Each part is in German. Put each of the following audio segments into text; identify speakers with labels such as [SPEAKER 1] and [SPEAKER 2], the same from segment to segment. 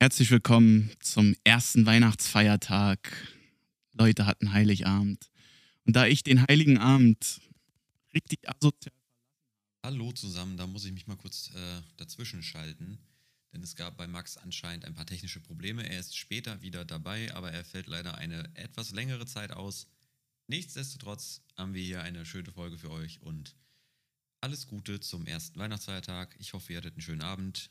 [SPEAKER 1] Herzlich willkommen zum ersten Weihnachtsfeiertag. Leute hatten Heiligabend. Und da ich den Heiligen Abend richtig asozial.
[SPEAKER 2] Hallo zusammen, da muss ich mich mal kurz äh, dazwischen schalten, denn es gab bei Max anscheinend ein paar technische Probleme. Er ist später wieder dabei, aber er fällt leider eine etwas längere Zeit aus. Nichtsdestotrotz haben wir hier eine schöne Folge für euch und alles Gute zum ersten Weihnachtsfeiertag. Ich hoffe, ihr hattet einen schönen Abend.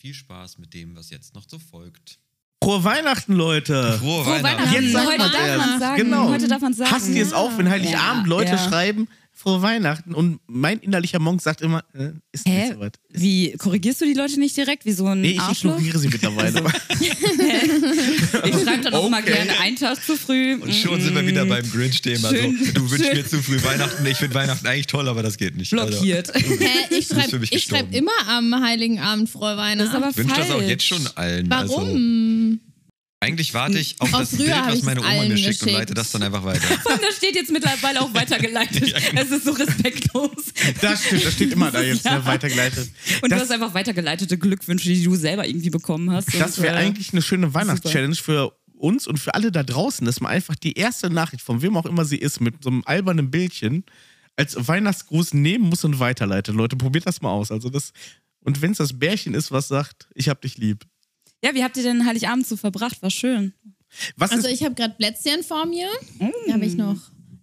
[SPEAKER 2] Viel Spaß mit dem, was jetzt noch so folgt.
[SPEAKER 3] Frohe Weihnachten, Leute!
[SPEAKER 2] Äh, Frohe
[SPEAKER 4] Weihnachten.
[SPEAKER 3] Jetzt sagt
[SPEAKER 4] Heute
[SPEAKER 3] man's
[SPEAKER 4] darf
[SPEAKER 3] erst.
[SPEAKER 4] man's sagen.
[SPEAKER 3] Genau.
[SPEAKER 4] Heute darf man's sagen.
[SPEAKER 3] Hassen die es auch, wenn Heiligabend
[SPEAKER 4] Ja,
[SPEAKER 3] Leute
[SPEAKER 4] ja.
[SPEAKER 3] schreiben, frohe Weihnachten? Und mein innerlicher Monk sagt immer, äh, ist nicht
[SPEAKER 4] Hä?
[SPEAKER 3] so weit.
[SPEAKER 4] Wie korrigierst du die Leute nicht direkt wie so ein
[SPEAKER 3] Nee, ich
[SPEAKER 4] Arschloch? Also,
[SPEAKER 3] ignoriere sie mittlerweile.
[SPEAKER 4] Ich schreibe dann auch mal
[SPEAKER 2] Okay.
[SPEAKER 4] gerne einen Tag zu früh. Mm,
[SPEAKER 2] Und schon sind wir wieder beim Grinch-Thema. So,
[SPEAKER 4] Schön.
[SPEAKER 2] du wünschst
[SPEAKER 4] Schön.
[SPEAKER 2] mir zu früh Weihnachten. Ich finde Weihnachten eigentlich toll, aber das geht nicht. Also,
[SPEAKER 4] blockiert.
[SPEAKER 5] Hä, ich
[SPEAKER 2] Du bist für
[SPEAKER 5] schreibe
[SPEAKER 2] mich gestorben.
[SPEAKER 5] schreib immer am Heiligen Abend frohe
[SPEAKER 4] Das ist
[SPEAKER 5] Weihnachten.
[SPEAKER 4] aber
[SPEAKER 2] Ich wünsche
[SPEAKER 4] falsch.
[SPEAKER 2] Also, das auch jetzt schon allen. Also,
[SPEAKER 5] Warum?
[SPEAKER 2] eigentlich warte ich auf
[SPEAKER 4] Hm.
[SPEAKER 5] Auch
[SPEAKER 2] das
[SPEAKER 5] früher
[SPEAKER 2] Bild,
[SPEAKER 5] habe
[SPEAKER 2] was
[SPEAKER 5] ich's
[SPEAKER 2] meine Oma mir
[SPEAKER 5] allen
[SPEAKER 2] schickt und
[SPEAKER 5] geschickt.
[SPEAKER 2] leite das dann einfach weiter.
[SPEAKER 4] Und das steht jetzt mittlerweile auch weitergeleitet.
[SPEAKER 3] genau.
[SPEAKER 4] Es ist so respektlos.
[SPEAKER 3] das stimmt, das steht immer da jetzt,
[SPEAKER 4] Ja.
[SPEAKER 3] ne, weitergeleitet.
[SPEAKER 4] Und
[SPEAKER 3] Das-
[SPEAKER 4] du hast einfach weitergeleitete Glückwünsche, die du selber irgendwie bekommen hast.
[SPEAKER 3] Das
[SPEAKER 4] Und,
[SPEAKER 3] wäre
[SPEAKER 4] äh,
[SPEAKER 3] eigentlich eine schöne Weihnachtschallenge für uns und für alle da draußen, dass man einfach die erste Nachricht, von wem auch immer sie ist, mit so einem albernen Bildchen als Weihnachtsgruß nehmen muss und weiterleitet. Leute, probiert das mal aus. Also das, und wenn es das Bärchen ist, was sagt, ich hab dich lieb.
[SPEAKER 4] Ja, wie habt ihr denn Heiligabend so verbracht? War schön.
[SPEAKER 3] Was
[SPEAKER 5] Also
[SPEAKER 3] ist,
[SPEAKER 5] ich habe gerade Plätzchen vor mir.
[SPEAKER 4] Mm.
[SPEAKER 5] Die habe ich noch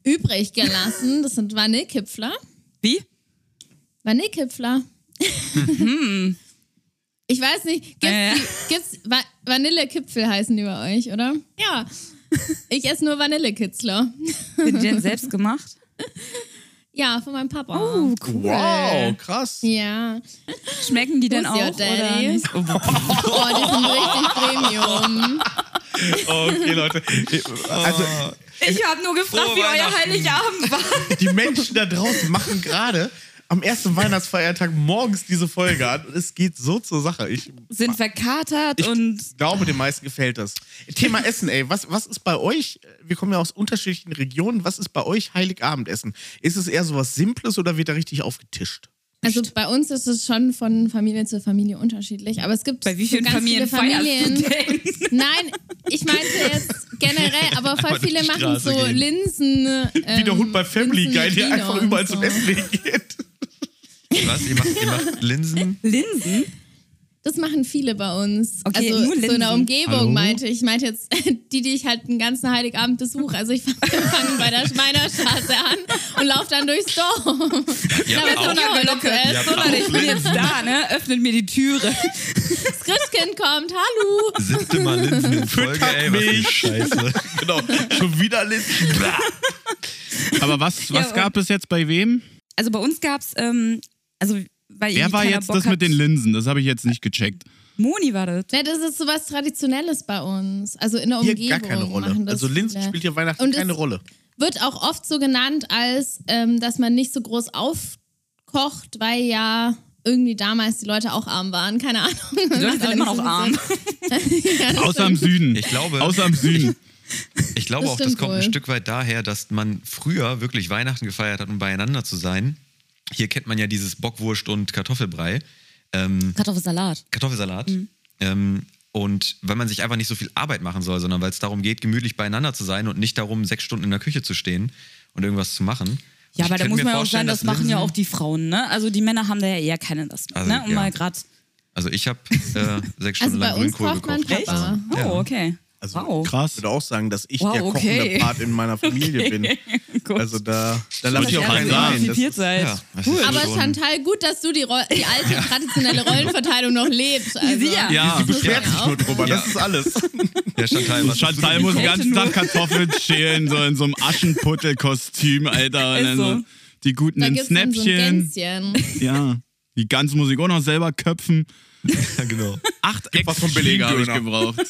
[SPEAKER 5] übrig gelassen. Das sind Vanillekipfler.
[SPEAKER 4] Wie?
[SPEAKER 5] Vanillekipfler. ich weiß nicht. Gibt's,
[SPEAKER 4] Mhm. Äh.
[SPEAKER 5] die- gibt's Va Vanillekipfel heißen die bei euch, oder? Ja. Ich esse nur Vanillekitzler.
[SPEAKER 4] Sind die denn selbst gemacht?
[SPEAKER 5] Ja, von meinem Papa.
[SPEAKER 4] cool.
[SPEAKER 3] wow, krass.
[SPEAKER 5] Ja.
[SPEAKER 4] Schmecken die denn
[SPEAKER 5] Who's your
[SPEAKER 4] auch? Oder
[SPEAKER 5] daddy?
[SPEAKER 4] nicht? Oh,
[SPEAKER 5] Oh, die sind richtig Premium.
[SPEAKER 3] Okay, Leute. Also
[SPEAKER 4] Ich habe nur gefragt,
[SPEAKER 2] Frohe
[SPEAKER 4] wie euer
[SPEAKER 2] Weihnachten.
[SPEAKER 4] Heiligabend war.
[SPEAKER 3] die Menschen da draußen machen gerade am ersten Weihnachtsfeiertag morgens diese Folge an und es geht so zur Sache. Ich
[SPEAKER 4] Sind verkatert und
[SPEAKER 3] glaube, den meisten gefällt das. Thema Essen, ey. Was, was ist bei euch? Wir kommen ja aus unterschiedlichen Regionen. Was ist bei euch Heiligabendessen? Ist es eher so was Simples oder wird da richtig aufgetischt?
[SPEAKER 5] Also bei uns ist es schon von Familie zu Familie unterschiedlich, aber es gibt
[SPEAKER 4] bei wie vielen
[SPEAKER 5] so ganz
[SPEAKER 4] Familien
[SPEAKER 5] viele
[SPEAKER 4] feierst
[SPEAKER 5] Familien.
[SPEAKER 4] du denn?
[SPEAKER 5] Nein, ich meinte jetzt generell, aber voll
[SPEAKER 2] Einmal durch
[SPEAKER 5] viele
[SPEAKER 2] die
[SPEAKER 5] machen
[SPEAKER 2] Straße
[SPEAKER 5] so
[SPEAKER 2] gehen.
[SPEAKER 5] Linsen. Ähm,
[SPEAKER 3] Wiederholt bei Family
[SPEAKER 5] Linsen
[SPEAKER 3] Guy, der
[SPEAKER 5] mit
[SPEAKER 3] einfach
[SPEAKER 5] Dino
[SPEAKER 3] überall
[SPEAKER 5] und
[SPEAKER 3] zum
[SPEAKER 5] so.
[SPEAKER 3] Essen geht.
[SPEAKER 2] Was? Ihr macht, ihr macht Linsen?
[SPEAKER 4] Linsen?
[SPEAKER 5] Das machen viele bei uns.
[SPEAKER 4] Okay,
[SPEAKER 5] also
[SPEAKER 4] nur
[SPEAKER 5] so in
[SPEAKER 4] Linsen.
[SPEAKER 5] der Umgebung
[SPEAKER 2] Hallo?
[SPEAKER 5] meinte ich. Ich meinte jetzt die, die ich halt den ganzen Heiligabend besuche. Also ich fange bei der Schweinerstraße an und laufe dann durchs Dorf.
[SPEAKER 2] Ihr habt
[SPEAKER 5] aber
[SPEAKER 2] auch,
[SPEAKER 5] so
[SPEAKER 4] Ja, Glocke.
[SPEAKER 5] Ja, Glocke.
[SPEAKER 2] Ja,
[SPEAKER 4] so Leute, Oh, ich bin jetzt da, ne? Öffnet mir die Türe.
[SPEAKER 5] Das Christkind kommt, hallo.
[SPEAKER 2] siebte Mal Linsen in Folge,
[SPEAKER 3] Füttert
[SPEAKER 2] ey, was
[SPEAKER 3] mich.
[SPEAKER 2] ist Scheiße.
[SPEAKER 3] Genau. Schon wieder Linsen. Blah.
[SPEAKER 1] Aber was,
[SPEAKER 4] Ja,
[SPEAKER 1] was gab es jetzt bei wem?
[SPEAKER 4] Also bei uns gab's, ähm, also
[SPEAKER 1] Wer
[SPEAKER 4] weil irgendwie
[SPEAKER 1] war
[SPEAKER 4] keiner
[SPEAKER 1] jetzt
[SPEAKER 4] Bock
[SPEAKER 1] das
[SPEAKER 4] hat.
[SPEAKER 1] mit den Linsen? Das habe ich jetzt nicht gecheckt.
[SPEAKER 4] Moni war das.
[SPEAKER 5] Ja, das ist sowas Traditionelles bei uns. Also in der
[SPEAKER 3] Hier
[SPEAKER 5] Umgebung.
[SPEAKER 3] gar keine Rolle.
[SPEAKER 5] machen das
[SPEAKER 3] Also Linsen
[SPEAKER 5] viele.
[SPEAKER 3] spielt hier Weihnachten
[SPEAKER 5] Und es-
[SPEAKER 3] keine Rolle.
[SPEAKER 5] Wird auch oft so genannt, als ähm, dass man nicht so groß aufkocht, weil ja irgendwie damals die Leute auch arm waren. Keine Ahnung.
[SPEAKER 4] Die Leute sind immer noch arm.
[SPEAKER 1] Außer am Süden.
[SPEAKER 2] Ich glaube-
[SPEAKER 1] Außer am Süden.
[SPEAKER 2] Ich glaube
[SPEAKER 5] Das
[SPEAKER 2] auch, das
[SPEAKER 5] stimmt
[SPEAKER 2] kommt ein
[SPEAKER 5] wohl.
[SPEAKER 2] Stück weit daher, dass man früher wirklich Weihnachten gefeiert hat, um beieinander zu sein. Hier kennt man ja dieses Bockwurst und Kartoffelbrei, ähm,
[SPEAKER 4] Kartoffelsalat.
[SPEAKER 2] Kartoffelsalat.
[SPEAKER 4] Mhm.
[SPEAKER 2] Ähm, und weil man sich einfach nicht so viel Arbeit machen soll, sondern weil es darum geht, gemütlich beieinander zu sein und nicht darum, sechs Stunden in der Küche zu stehen und irgendwas zu machen. Und
[SPEAKER 4] Ja, aber
[SPEAKER 2] ich
[SPEAKER 4] da
[SPEAKER 2] könnte
[SPEAKER 4] muss
[SPEAKER 2] mir
[SPEAKER 4] man ja auch
[SPEAKER 2] vorstellen,
[SPEAKER 4] sagen, das
[SPEAKER 2] dass
[SPEAKER 4] machen ja
[SPEAKER 2] Linsen-
[SPEAKER 4] auch die Frauen, ne? Also die Männer haben da ja eher keine Lust mit,
[SPEAKER 2] Also,
[SPEAKER 4] ne? Um
[SPEAKER 2] ja.
[SPEAKER 4] mal grad.
[SPEAKER 2] Also ich habe äh, sechs
[SPEAKER 5] Also
[SPEAKER 2] Stunden
[SPEAKER 5] bei
[SPEAKER 2] lang
[SPEAKER 5] uns
[SPEAKER 2] Grünkohl
[SPEAKER 5] kocht man
[SPEAKER 2] gekocht.
[SPEAKER 5] Echt? Papa.
[SPEAKER 4] Oh,
[SPEAKER 2] Ja.
[SPEAKER 4] okay.
[SPEAKER 3] Also
[SPEAKER 4] wow.
[SPEAKER 1] Krass.
[SPEAKER 3] Ich würde auch sagen, dass ich
[SPEAKER 4] Wow,
[SPEAKER 3] der
[SPEAKER 4] okay.
[SPEAKER 3] kochende Part in meiner Familie bin.
[SPEAKER 4] Gut.
[SPEAKER 3] Also da, da lasse
[SPEAKER 2] Das
[SPEAKER 3] ich auch
[SPEAKER 2] ist
[SPEAKER 3] keinen
[SPEAKER 2] ja
[SPEAKER 3] ein. Das
[SPEAKER 4] emanzipiert
[SPEAKER 3] ist-
[SPEAKER 4] seid.
[SPEAKER 2] Ja, das
[SPEAKER 4] cool.
[SPEAKER 2] ist
[SPEAKER 5] Aber
[SPEAKER 2] schon-
[SPEAKER 5] Chantal, gut, dass du die, Roll die alte traditionelle Rollenverteilung noch lebst. Also.
[SPEAKER 4] Ja.
[SPEAKER 3] Sie beschwert
[SPEAKER 2] ja.
[SPEAKER 3] sich nur drüber,
[SPEAKER 2] Ja.
[SPEAKER 3] das ist alles.
[SPEAKER 2] Ja, Chantal, was hast du
[SPEAKER 1] Chantal
[SPEAKER 2] denn
[SPEAKER 1] muss den
[SPEAKER 2] gekocht?
[SPEAKER 1] ganzen Tag Kartoffeln schälen, so in so einem Aschenputtel-Kostüm, Alter. Und
[SPEAKER 4] Ist
[SPEAKER 1] dann
[SPEAKER 4] so.
[SPEAKER 1] so die guten
[SPEAKER 5] Da
[SPEAKER 1] in
[SPEAKER 5] gibt's dann so
[SPEAKER 1] Snäppchen.
[SPEAKER 5] ein Gänschen.
[SPEAKER 1] ja. Die ganze Musik auch noch selber köpfen.
[SPEAKER 2] Ja, genau.
[SPEAKER 1] Acht
[SPEAKER 3] was
[SPEAKER 1] Ex
[SPEAKER 3] vom Billiger
[SPEAKER 1] habe ich
[SPEAKER 3] Döner.
[SPEAKER 1] gebraucht.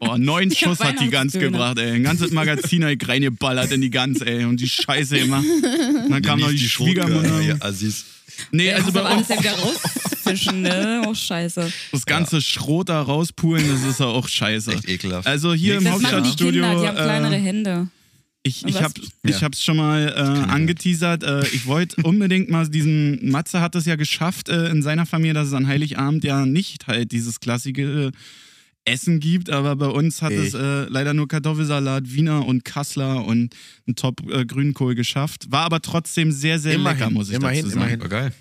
[SPEAKER 1] Oh, neun Schuss hat die Gans
[SPEAKER 4] Weihnachtsdöner.
[SPEAKER 1] gebracht, ey. Ein ganzes Magazin hat die reingeballert in die Gans, ey. Und die Scheiße immer. Und dann kam noch die
[SPEAKER 2] Schwierigkeiten.
[SPEAKER 1] Schwiegermutter.
[SPEAKER 2] Ja, ah, Aziz.
[SPEAKER 1] Nee,
[SPEAKER 4] Also
[SPEAKER 1] also
[SPEAKER 4] aber
[SPEAKER 1] bei uns,
[SPEAKER 4] alles ja wieder raus. wegfischen, ne? Oh, scheiße.
[SPEAKER 1] Das ganze Schrot da rauspulen, das ist ja auch scheiße.
[SPEAKER 2] Echt ekelhaft.
[SPEAKER 1] Also hier im
[SPEAKER 4] Das machen die
[SPEAKER 1] Hauptstadtstudio.
[SPEAKER 4] Kinder, die haben kleinere
[SPEAKER 1] äh,
[SPEAKER 4] Hände.
[SPEAKER 1] Ich, ich
[SPEAKER 4] Was?
[SPEAKER 1] habe ich hab's schon mal äh, angeteasert. Äh, ich wollte unbedingt mal diesen. Matze hat es ja geschafft äh, in seiner Familie, dass es an Heiligabend ja nicht halt dieses klassische äh, Essen gibt, aber bei uns hat
[SPEAKER 3] Ey.
[SPEAKER 1] es äh, leider nur Kartoffelsalat, Wiener und Kassler und einen Top äh, Grünkohl geschafft. War aber trotzdem sehr, sehr
[SPEAKER 3] Immerhin,
[SPEAKER 1] lecker, muss ich
[SPEAKER 3] immerhin,
[SPEAKER 1] dazu sagen.
[SPEAKER 3] immerhin.
[SPEAKER 2] War geil.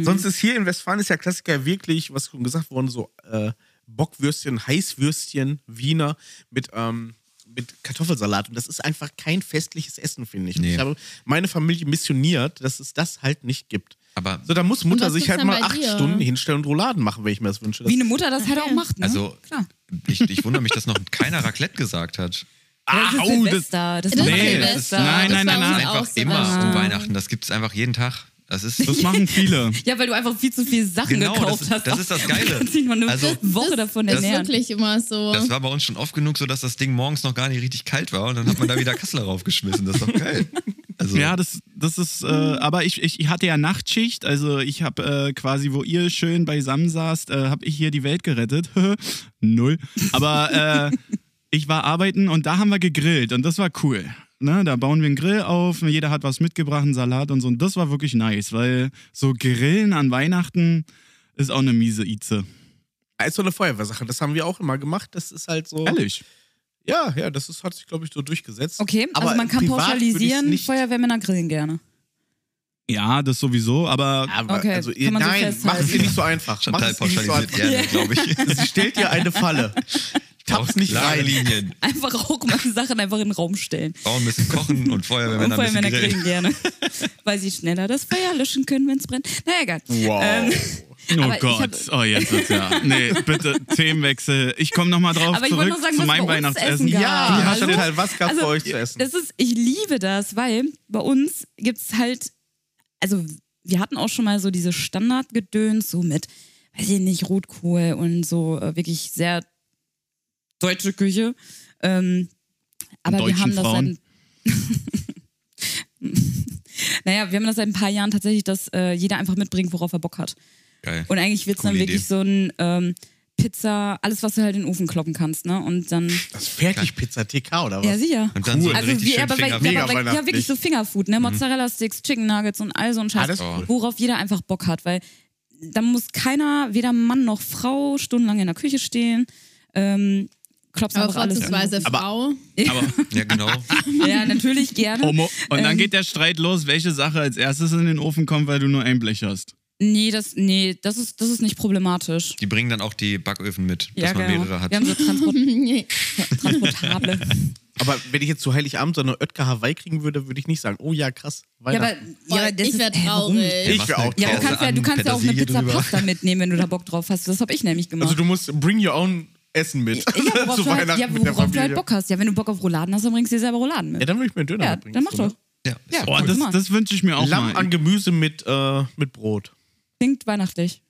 [SPEAKER 3] Sonst ist hier in Westfalen ist ja Klassiker wirklich, was schon gesagt worden, so äh, Bockwürstchen, Heißwürstchen, Wiener mit, ähm, mit Kartoffelsalat. Und das ist einfach kein festliches Essen, finde ich. Und
[SPEAKER 2] Nee.
[SPEAKER 3] Ich habe meine Familie missioniert, dass es das halt nicht gibt.
[SPEAKER 2] Aber
[SPEAKER 3] So, da muss Mutter
[SPEAKER 5] was
[SPEAKER 3] sich
[SPEAKER 5] gibt's
[SPEAKER 3] halt
[SPEAKER 5] denn
[SPEAKER 3] mal
[SPEAKER 5] bei
[SPEAKER 3] acht
[SPEAKER 5] dir?
[SPEAKER 3] Stunden hinstellen und Rouladen machen, wenn ich mir das wünsche. Das
[SPEAKER 4] Wie eine Mutter das halt auch macht, ne?
[SPEAKER 2] also,
[SPEAKER 4] Klar.
[SPEAKER 2] ich, ich wundere mich, dass noch keiner Raclette gesagt hat.
[SPEAKER 4] Ah, das ist Silvester. Das, das
[SPEAKER 5] ist
[SPEAKER 4] ist
[SPEAKER 1] nee, das ist,
[SPEAKER 5] Silvester.
[SPEAKER 1] nein,
[SPEAKER 5] Das
[SPEAKER 1] nein,
[SPEAKER 5] war
[SPEAKER 1] nein,
[SPEAKER 5] uns
[SPEAKER 1] nein.
[SPEAKER 5] auch
[SPEAKER 2] Einfach
[SPEAKER 5] so Ah.
[SPEAKER 2] immer
[SPEAKER 5] was.
[SPEAKER 2] um Weihnachten. Das gibt es einfach jeden Tag. Das ist
[SPEAKER 1] Das machen viele.
[SPEAKER 4] Ja, weil du einfach viel zu viel Sachen
[SPEAKER 2] Genau,
[SPEAKER 4] gekauft
[SPEAKER 2] das-
[SPEAKER 4] hast.
[SPEAKER 2] das ist das Geile.
[SPEAKER 4] Du kannst dich mal eine
[SPEAKER 2] Also,
[SPEAKER 4] Woche davon
[SPEAKER 5] Das ist
[SPEAKER 4] ernähren.
[SPEAKER 5] wirklich immer so.
[SPEAKER 2] Das war bei uns schon oft genug so, dass das Ding morgens noch gar nicht richtig kalt war und dann hat man da wieder Kassler raufgeschmissen. Das ist doch geil. Also,
[SPEAKER 1] Ja, das, das ist, äh, aber ich, ich ich hatte ja Nachtschicht, also ich habe äh, quasi, wo ihr schön beisammen saßt, äh, habe ich hier die Welt gerettet. Null. Aber äh, ich war arbeiten und da haben wir gegrillt und das war cool. Ne, da bauen wir einen Grill auf, jeder hat was mitgebracht, einen Salat und so. Und das war wirklich nice, weil so Grillen an Weihnachten ist auch eine miese Ize.
[SPEAKER 3] ist so eine Feuerwehrsache. Das haben wir auch immer gemacht. Das ist halt so.
[SPEAKER 1] Ehrlich.
[SPEAKER 3] Ja, ja, das ist, hat sich, glaube ich, so durchgesetzt.
[SPEAKER 4] Okay,
[SPEAKER 3] aber
[SPEAKER 4] also man kann
[SPEAKER 3] privat
[SPEAKER 4] pauschalisieren,
[SPEAKER 3] würde ich's nicht-
[SPEAKER 4] Feuerwehrmänner grillen gerne.
[SPEAKER 1] Ja, das sowieso, aber
[SPEAKER 3] Aber,
[SPEAKER 4] Okay,
[SPEAKER 3] also, ihr,
[SPEAKER 4] kann man so
[SPEAKER 3] nein,
[SPEAKER 4] festhalten.
[SPEAKER 3] macht es ihr nicht so einfach. Macht
[SPEAKER 2] Chantal
[SPEAKER 3] es ihr nicht so
[SPEAKER 2] pauschalisiert
[SPEAKER 3] einfach.
[SPEAKER 2] gerne, glaube ich.
[SPEAKER 3] Sie stellt dir eine Falle. Tapp's nicht
[SPEAKER 2] Klare
[SPEAKER 3] rein.
[SPEAKER 2] Linien.
[SPEAKER 4] Einfach auch mal Sachen einfach in den Raum stellen.
[SPEAKER 2] Frauen müssen kochen und
[SPEAKER 4] Und
[SPEAKER 2] Feuerwehrmänner müssen
[SPEAKER 4] Feuerwehrmänner
[SPEAKER 2] grillen.
[SPEAKER 4] grillen gerne. Weil sie schneller das Feuer löschen können, wenn es brennt. Na egal.
[SPEAKER 3] Wow.
[SPEAKER 4] Ähm,
[SPEAKER 1] Oh
[SPEAKER 4] aber ich
[SPEAKER 1] Gott,
[SPEAKER 4] hab-
[SPEAKER 1] oh jetzt ist ja. Nee, bitte Themenwechsel. Ich komme nochmal drauf
[SPEAKER 4] Aber ich wollte
[SPEAKER 1] zurück
[SPEAKER 4] noch sagen,
[SPEAKER 1] zu
[SPEAKER 4] was
[SPEAKER 1] meinem
[SPEAKER 4] bei uns zu
[SPEAKER 1] Weihnachtsessen.
[SPEAKER 4] essen gab.
[SPEAKER 3] Ja, hast
[SPEAKER 4] Ja,
[SPEAKER 3] du
[SPEAKER 4] hallo? Also,
[SPEAKER 3] halt was gab für euch zu essen?
[SPEAKER 4] Das ist, ich liebe das, weil bei uns gibt es halt, also wir hatten auch schon mal so diese Standardgedöns, so mit, weiß ich nicht, Rotkohl und so äh, wirklich sehr deutsche Küche. Ähm, aber wir
[SPEAKER 1] deutschen
[SPEAKER 4] haben das
[SPEAKER 1] Frauen.
[SPEAKER 4] seit- Naja, wir haben das seit ein paar Jahren tatsächlich, dass äh, jeder einfach mitbringt, worauf er Bock hat.
[SPEAKER 2] Geil.
[SPEAKER 4] Und eigentlich wird es
[SPEAKER 2] Coole
[SPEAKER 4] dann wirklich
[SPEAKER 2] Idee.
[SPEAKER 4] so ein ähm, Pizza, alles, was du halt in den Ofen kloppen kannst, ne? Und dann.
[SPEAKER 3] Das Fertigpizza TK oder was?
[SPEAKER 4] Ja, sicher.
[SPEAKER 2] Und dann so einen
[SPEAKER 4] also
[SPEAKER 2] richtig
[SPEAKER 4] wie,
[SPEAKER 2] schönen Mhm.
[SPEAKER 4] aber bei,
[SPEAKER 2] Fingerfood.
[SPEAKER 4] ja, aber
[SPEAKER 3] Mega
[SPEAKER 4] bei, ja, wirklich so Fingerfood, ne? Mozzarella-Sticks, Chicken Nuggets und all so ein
[SPEAKER 3] Ah,
[SPEAKER 4] Scheiß,
[SPEAKER 3] das ist cool.
[SPEAKER 4] worauf jeder einfach Bock hat, weil da muss keiner, weder Mann noch Frau, stundenlang in der Küche stehen. Ähm, klopft
[SPEAKER 5] aber
[SPEAKER 4] einfach alles. an.
[SPEAKER 5] vorzugsweise Frau.
[SPEAKER 2] Ja, genau.
[SPEAKER 4] Ja, natürlich gerne.
[SPEAKER 1] Homo. Oh, Und dann
[SPEAKER 4] Ähm,
[SPEAKER 1] geht der Streit los, welche Sache als erstes in den Ofen kommt, weil du nur ein Blech hast.
[SPEAKER 4] Nee, das, nee, das ist, das ist nicht problematisch.
[SPEAKER 2] Die bringen dann auch die Backöfen mit, dass
[SPEAKER 4] ja,
[SPEAKER 2] man
[SPEAKER 4] genau.
[SPEAKER 2] mehrere hat.
[SPEAKER 4] Wir haben so Transport
[SPEAKER 5] Nee.
[SPEAKER 4] transportable.
[SPEAKER 3] Aber wenn ich jetzt zu Heiligabend so eine Oetker Hawaii kriegen würde, würde ich nicht sagen, oh ja, krass.
[SPEAKER 4] ja, aber,
[SPEAKER 3] Weihnachten.
[SPEAKER 4] ja, aber das
[SPEAKER 5] ich
[SPEAKER 4] ist-
[SPEAKER 5] werde
[SPEAKER 4] hä, warum?
[SPEAKER 5] traurig.
[SPEAKER 2] Ja,
[SPEAKER 3] ich
[SPEAKER 2] machst
[SPEAKER 3] wär
[SPEAKER 2] eine
[SPEAKER 3] auch
[SPEAKER 4] Ja, du
[SPEAKER 2] Kerze
[SPEAKER 4] kannst ja,
[SPEAKER 2] an,
[SPEAKER 4] du kannst ja auch eine
[SPEAKER 2] Petersilie
[SPEAKER 4] Pizza
[SPEAKER 2] drüber.
[SPEAKER 4] Pasta mitnehmen, wenn du da Bock drauf hast. Das habe ich nämlich gemacht.
[SPEAKER 3] also du musst bring your own Essen mit.
[SPEAKER 4] Ja, worauf,
[SPEAKER 3] zu
[SPEAKER 4] du halt,
[SPEAKER 3] Weihnachten
[SPEAKER 4] ja,
[SPEAKER 3] mit der
[SPEAKER 4] worauf du halt
[SPEAKER 3] Familie.
[SPEAKER 4] Bock hast. Ja, wenn du Bock auf Rouladen hast, dann bringst du dir selber Rouladen
[SPEAKER 3] ja,
[SPEAKER 4] mit.
[SPEAKER 3] dann würde ich mir einen Döner
[SPEAKER 4] Ja,
[SPEAKER 3] mitbringen.
[SPEAKER 4] dann mach
[SPEAKER 3] so, ne?
[SPEAKER 4] doch.
[SPEAKER 2] Ja, ist
[SPEAKER 4] Ja.
[SPEAKER 2] doch
[SPEAKER 1] Boah,
[SPEAKER 4] Guck
[SPEAKER 1] Ah, das,
[SPEAKER 4] mal.
[SPEAKER 1] das wünsche ich mir auch
[SPEAKER 3] Lamm
[SPEAKER 1] mal.
[SPEAKER 3] an Gemüse mit, äh, mit Brot.
[SPEAKER 4] Klingt weihnachtlich.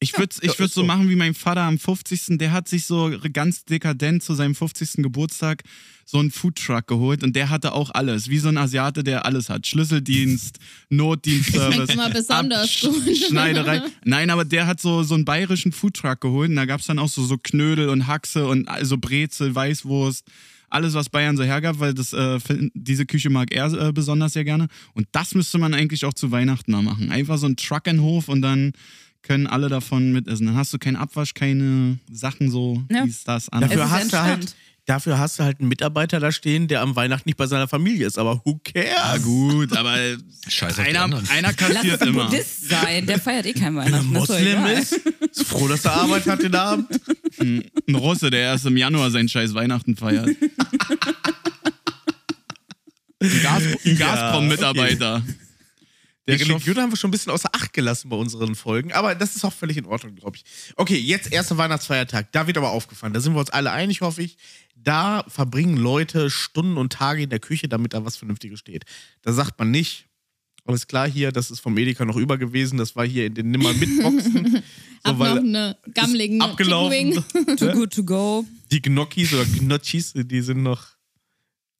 [SPEAKER 1] Ich würde
[SPEAKER 3] Ja,
[SPEAKER 1] ich
[SPEAKER 3] ist
[SPEAKER 1] würd so
[SPEAKER 3] so.
[SPEAKER 1] machen wie mein Vater am 50. Der hat sich so ganz dekadent zu seinem 50. Geburtstag so einen Foodtruck geholt und der hatte auch alles. Wie so ein Asiate, der alles hat. Schlüsseldienst, Notdienstservice,
[SPEAKER 5] Schmeckt's mal besonders
[SPEAKER 1] Absch-
[SPEAKER 5] gut.
[SPEAKER 1] Schneiderei. Nein, aber der hat so, so einen bayerischen Foodtruck geholt und da gab es dann auch so, so Knödel und Haxe und also Brezel, Weißwurst. Alles, was Bayern so hergab, weil das, äh, fin- diese Küche mag er äh, besonders sehr gerne. Und das müsste man eigentlich auch zu Weihnachten mal machen. Einfach so einen Truck in den Hof und dann können alle davon mitessen. Dann hast du keinen Abwasch, keine Sachen so,
[SPEAKER 4] Ja.
[SPEAKER 1] dies, das,
[SPEAKER 4] Es
[SPEAKER 3] Dafür
[SPEAKER 4] ist
[SPEAKER 1] anderes.
[SPEAKER 3] hast, du halt,
[SPEAKER 4] entspannt.
[SPEAKER 3] dafür hast du halt einen Mitarbeiter da stehen, der am Weihnachten nicht bei seiner Familie ist. Aber who
[SPEAKER 1] Ja,
[SPEAKER 3] cares?
[SPEAKER 1] gut, aber
[SPEAKER 2] Scheiß auf die
[SPEAKER 1] einer,
[SPEAKER 2] anderen.
[SPEAKER 1] einer
[SPEAKER 4] Lass es
[SPEAKER 1] kassiert
[SPEAKER 4] ein
[SPEAKER 1] immer.
[SPEAKER 4] Buddhist sein, der feiert eh kein Weihnachten. das doch
[SPEAKER 3] Moslem
[SPEAKER 4] egal.
[SPEAKER 3] ist, ist froh, dass er Arbeit hat den Abend.
[SPEAKER 1] Ein Russe, der erst im Januar sein scheiß Weihnachten feiert. Ein, Gas, ein Gazprom-Mitarbeiter.
[SPEAKER 3] Der
[SPEAKER 1] Der schafft-
[SPEAKER 3] Religion haben wir schon ein bisschen außer Acht gelassen bei unseren Folgen, aber das ist auch völlig in Ordnung, glaube ich. Okay, jetzt erster Weihnachtsfeiertag. Da wird aber aufgefallen, da sind wir uns alle einig, hoffe ich. Da verbringen Leute Stunden und Tage in der Küche, damit da was Vernünftiges steht. Da sagt man nicht, alles klar hier, das ist vom Edeka noch über gewesen, das war hier in den nimmer mitboxen
[SPEAKER 5] Hab noch eine gammeligen
[SPEAKER 3] abgelaufen.
[SPEAKER 5] Chicken
[SPEAKER 4] Too good to go.
[SPEAKER 3] Die Gnocchis oder Gnocchis, die sind noch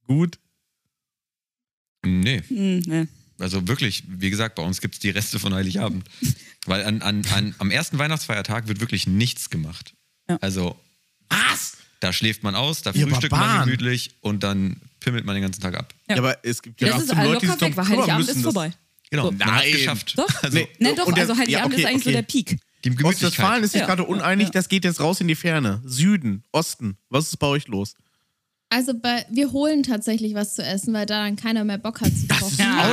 [SPEAKER 3] gut.
[SPEAKER 2] Nee.
[SPEAKER 4] Hm, ne.
[SPEAKER 2] Also wirklich, wie gesagt, bei uns gibt es die Reste von Heiligabend. Weil an, an, an, am ersten Weihnachtsfeiertag wird wirklich nichts gemacht. Also,
[SPEAKER 3] Was?
[SPEAKER 2] da schläft man aus, da
[SPEAKER 3] Ihr
[SPEAKER 2] frühstückt man
[SPEAKER 3] Barbaren.
[SPEAKER 2] gemütlich und dann pimmelt man den ganzen Tag ab.
[SPEAKER 3] Ja, aber es gibt
[SPEAKER 4] Das
[SPEAKER 3] ja
[SPEAKER 4] ist
[SPEAKER 3] trotzdem
[SPEAKER 4] äh,
[SPEAKER 3] Leute, die
[SPEAKER 4] locker
[SPEAKER 3] sich darum
[SPEAKER 4] weg, weil
[SPEAKER 3] kümmern
[SPEAKER 4] Heiligabend
[SPEAKER 3] müssen.
[SPEAKER 4] ist
[SPEAKER 3] dass-
[SPEAKER 4] vorbei.
[SPEAKER 2] Genau,
[SPEAKER 4] So.
[SPEAKER 2] man hat
[SPEAKER 3] Nein.
[SPEAKER 2] geschafft.
[SPEAKER 4] Doch?
[SPEAKER 2] Also,
[SPEAKER 3] Nee.
[SPEAKER 4] Nein, doch,
[SPEAKER 3] Und der-
[SPEAKER 4] also Heiligabend
[SPEAKER 3] ja, okay,
[SPEAKER 4] ist eigentlich so
[SPEAKER 3] okay.
[SPEAKER 4] der Peak.
[SPEAKER 2] Die Gemütlichkeit.
[SPEAKER 3] Ostwestfalen ist sich
[SPEAKER 4] Ja,
[SPEAKER 3] gerade
[SPEAKER 4] ja,
[SPEAKER 3] uneinig,
[SPEAKER 4] ja.
[SPEAKER 3] das geht jetzt raus in die Ferne. Süden, Osten, was ist bei euch los?
[SPEAKER 5] Also bei, wir holen tatsächlich was zu essen, weil da dann keiner mehr Bock hat zu kochen.
[SPEAKER 4] Ja.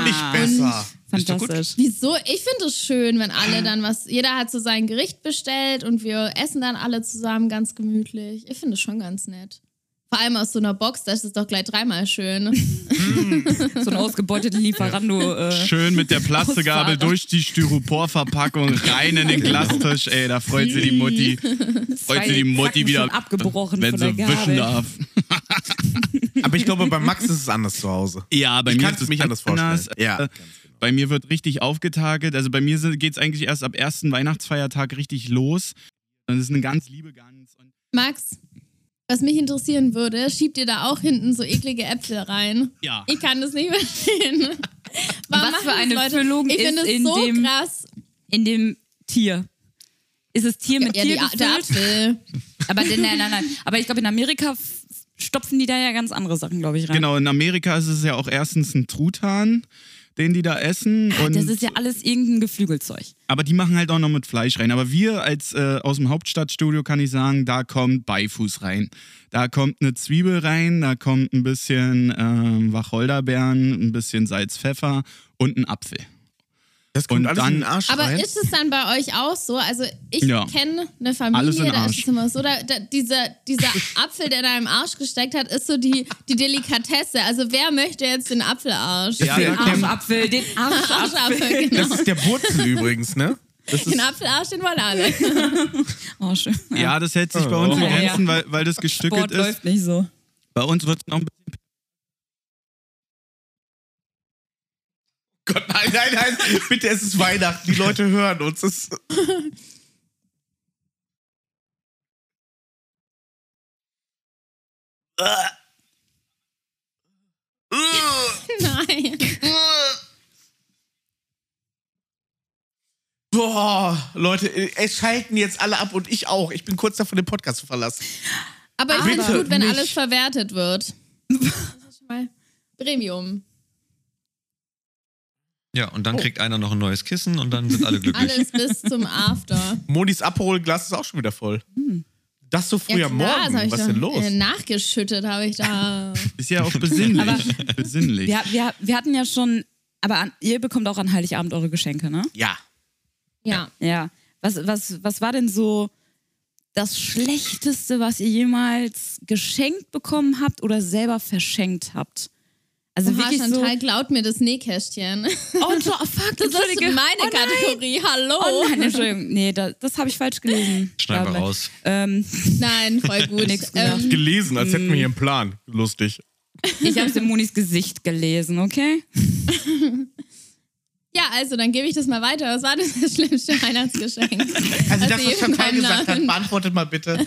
[SPEAKER 2] Ist doch gut.
[SPEAKER 4] Fantastisch.
[SPEAKER 5] Wieso? Ich finde es schön, wenn alle dann was. Jeder hat so sein Gericht bestellt und wir essen dann alle zusammen ganz gemütlich. Ich finde es schon ganz nett. Vor allem aus so einer Box, das ist doch gleich dreimal schön.
[SPEAKER 4] So ein ausgebeuteter Lieferando. Äh,
[SPEAKER 1] Schön mit der Platzegabel
[SPEAKER 4] Ausfahrt.
[SPEAKER 1] durch die Styroporverpackung rein in den Glastisch, ey, da freut sie die Mutti. Freut
[SPEAKER 4] zwei
[SPEAKER 1] sie die Mutti
[SPEAKER 4] Zacken
[SPEAKER 1] wieder,
[SPEAKER 4] schon abgebrochen
[SPEAKER 1] wenn
[SPEAKER 4] von
[SPEAKER 1] sie
[SPEAKER 4] der
[SPEAKER 1] wischen
[SPEAKER 4] Gabel.
[SPEAKER 1] darf.
[SPEAKER 3] Aber ich glaube, bei Max ist es anders zu Hause.
[SPEAKER 1] Ja, bei
[SPEAKER 3] Ich
[SPEAKER 1] mir
[SPEAKER 3] kann's
[SPEAKER 1] ist es
[SPEAKER 3] mich anders vorstellen. Ja,
[SPEAKER 1] Äh,
[SPEAKER 3] ganz
[SPEAKER 1] Bei mir wird richtig aufgetakelt. Also bei mir geht es eigentlich erst ab ersten Weihnachtsfeiertag richtig los. Und es ist eine ganz liebe Gans. Und
[SPEAKER 5] Max, was mich interessieren würde, schiebt ihr da auch hinten so eklige Äpfel rein?
[SPEAKER 1] ja.
[SPEAKER 5] Ich kann das nicht verstehen. Warum
[SPEAKER 4] Was für
[SPEAKER 5] machen das
[SPEAKER 4] eine
[SPEAKER 5] Leute?
[SPEAKER 4] Füllung
[SPEAKER 5] ich
[SPEAKER 4] ist
[SPEAKER 5] finde es
[SPEAKER 4] in
[SPEAKER 5] so
[SPEAKER 4] dem-
[SPEAKER 5] krass.
[SPEAKER 4] In dem Tier. Ist das Tier mit
[SPEAKER 5] Ja,
[SPEAKER 4] Tier
[SPEAKER 5] die, der
[SPEAKER 4] gefüllt?
[SPEAKER 5] Apfel.
[SPEAKER 4] Aber nein, nein, nein. Aber ich glaube, in Amerika f- stopfen die da ja ganz andere Sachen, glaube ich, rein.
[SPEAKER 1] Genau, in Amerika ist es ja auch erstens ein Truthahn, den die da essen. Und
[SPEAKER 4] Ah, Das ist ja alles irgendein Geflügelzeug.
[SPEAKER 1] Aber die machen halt auch noch mit Fleisch rein. Aber wir als äh, aus dem Hauptstadtstudio kann ich sagen, da kommt Beifuß rein. Da kommt eine Zwiebel rein, da kommt ein bisschen ähm, Wacholderbeeren, ein bisschen Salz, Pfeffer und ein Apfel.
[SPEAKER 3] Das kommt
[SPEAKER 1] Und
[SPEAKER 3] alles
[SPEAKER 1] dann-
[SPEAKER 3] in den Arsch
[SPEAKER 5] Aber
[SPEAKER 3] rein.
[SPEAKER 5] ist es dann bei euch auch so? Also ich
[SPEAKER 1] Ja.
[SPEAKER 5] kenne eine
[SPEAKER 1] Alles in
[SPEAKER 5] Familie,
[SPEAKER 1] den
[SPEAKER 5] da
[SPEAKER 1] Arsch.
[SPEAKER 5] ist es immer so, da, da, dieser, dieser Apfel, der da im Arsch gesteckt hat, ist so die, die Delikatesse. Also wer möchte jetzt den Apfelarsch?
[SPEAKER 3] Ja,
[SPEAKER 5] den
[SPEAKER 3] ja, klar.
[SPEAKER 5] Arsch-
[SPEAKER 4] Arschapfel, den
[SPEAKER 5] Arschapfel,
[SPEAKER 4] Arschapfel.
[SPEAKER 5] genau.
[SPEAKER 3] das ist der Wurzel übrigens, ne? Das ist,
[SPEAKER 5] Den Apfelarsch, den wollen alle.
[SPEAKER 4] Oh, schön.
[SPEAKER 1] Ja, das hält sich bei uns in
[SPEAKER 4] Ja, ja.
[SPEAKER 1] Grenzen, weil, weil das gestückelt
[SPEAKER 4] Sport
[SPEAKER 1] ist.
[SPEAKER 4] läuft nicht so.
[SPEAKER 1] Bei uns wird es noch ein bisschen
[SPEAKER 3] Gott, nein, nein, nein. Bitte, es ist Weihnachten. Die Leute hören uns. Es ist,
[SPEAKER 5] Nein.
[SPEAKER 3] boah, Leute, es schalten jetzt alle ab und ich auch. Ich bin kurz davon, den Podcast zu verlassen.
[SPEAKER 5] Aber ich finde es
[SPEAKER 3] Bitte
[SPEAKER 5] gut, wenn
[SPEAKER 3] nicht.
[SPEAKER 5] alles verwertet wird. Das ist schon mal Premium.
[SPEAKER 2] Ja, und
[SPEAKER 3] Oh.
[SPEAKER 2] dann kriegt einer noch ein neues Kissen und dann sind alle glücklich.
[SPEAKER 5] Alles bis zum After.
[SPEAKER 3] Monis Abholglas ist auch schon wieder voll. Das so früh
[SPEAKER 5] Ja,
[SPEAKER 3] am
[SPEAKER 5] klar, das hab
[SPEAKER 3] Morgen.
[SPEAKER 5] ich
[SPEAKER 3] Was
[SPEAKER 5] doch,
[SPEAKER 3] ist denn los?
[SPEAKER 5] äh, Nachgeschüttet habe ich da.
[SPEAKER 1] Ist ja auch besinnlich. besinnlich.
[SPEAKER 4] Wir, wir, wir hatten ja schon, aber an, ihr bekommt auch an Heiligabend eure Geschenke, ne?
[SPEAKER 3] ja.
[SPEAKER 5] Ja.
[SPEAKER 4] Ja. Was, was, was war denn so das Schlechteste, was ihr jemals geschenkt bekommen habt oder selber verschenkt habt? Also
[SPEAKER 5] Oha,
[SPEAKER 4] wirklich so.
[SPEAKER 5] Chantal, glaub mir das Nähkästchen.
[SPEAKER 4] Oh, so, oh, fuck,
[SPEAKER 5] Das ist
[SPEAKER 4] Entschuldige.
[SPEAKER 5] meine
[SPEAKER 4] oh, nein.
[SPEAKER 5] Kategorie. Hallo.
[SPEAKER 4] Oh nein, Entschuldigung. Nee, da, das habe ich falsch gelesen.
[SPEAKER 2] Schneiden wir
[SPEAKER 4] Dabei.
[SPEAKER 2] raus.
[SPEAKER 4] Ähm,
[SPEAKER 5] Nein, voll gut.
[SPEAKER 4] Nix
[SPEAKER 5] ähm,
[SPEAKER 3] Gelesen, als hätten wir hier einen Plan. Lustig.
[SPEAKER 4] ich habe es in Monis Gesicht gelesen, okay?
[SPEAKER 5] ja, also dann gebe ich das mal weiter. Was war denn das schlimmste Weihnachtsgeschenk?
[SPEAKER 3] Also, das,
[SPEAKER 5] Also
[SPEAKER 3] was Chantal
[SPEAKER 5] eben
[SPEAKER 3] gesagt hat,
[SPEAKER 5] keinen Namen.
[SPEAKER 3] beantwortet mal bitte.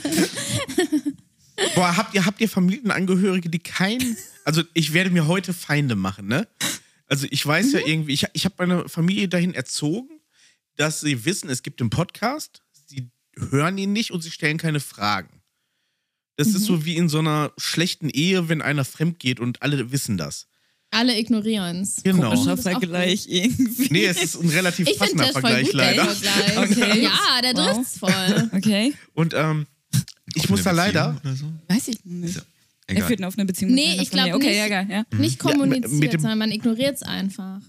[SPEAKER 3] Boah, habt ihr, habt ihr Familienangehörige, die keinen. Also, ich werde mir heute Feinde machen, ne? Also, ich weiß
[SPEAKER 5] Mhm.
[SPEAKER 3] ja irgendwie, ich, ich habe meine Familie dahin erzogen, dass sie wissen, es gibt einen Podcast, sie hören ihn nicht und sie stellen keine Fragen. Das
[SPEAKER 5] Mhm.
[SPEAKER 3] ist so wie in so einer schlechten Ehe, wenn einer fremd geht und alle wissen das.
[SPEAKER 5] Alle ignorieren es.
[SPEAKER 3] Genau.
[SPEAKER 4] Komischer
[SPEAKER 5] Das ist auch
[SPEAKER 4] Vergleich irgendwie.
[SPEAKER 3] Nee, es ist ein relativ
[SPEAKER 5] Ich finde
[SPEAKER 3] passender
[SPEAKER 5] das voll
[SPEAKER 3] Vergleich
[SPEAKER 5] gut,
[SPEAKER 3] leider.
[SPEAKER 5] der Vergleich.
[SPEAKER 4] Okay.
[SPEAKER 5] Ja, der
[SPEAKER 4] Wow.
[SPEAKER 5] trifft's voll.
[SPEAKER 4] Okay.
[SPEAKER 3] Und ähm, ich muss da leider.
[SPEAKER 2] Oder so?
[SPEAKER 4] Weiß ich nicht. Er
[SPEAKER 2] Egal.
[SPEAKER 4] führt eine offene Beziehung.
[SPEAKER 5] Nee,
[SPEAKER 4] mit einer
[SPEAKER 5] ich
[SPEAKER 4] Familie.
[SPEAKER 5] glaub
[SPEAKER 4] okay,
[SPEAKER 5] nicht.
[SPEAKER 4] Ja, geil, ja.
[SPEAKER 5] Nicht kommuniziert,
[SPEAKER 3] mit dem-
[SPEAKER 5] sondern man ignoriert es einfach.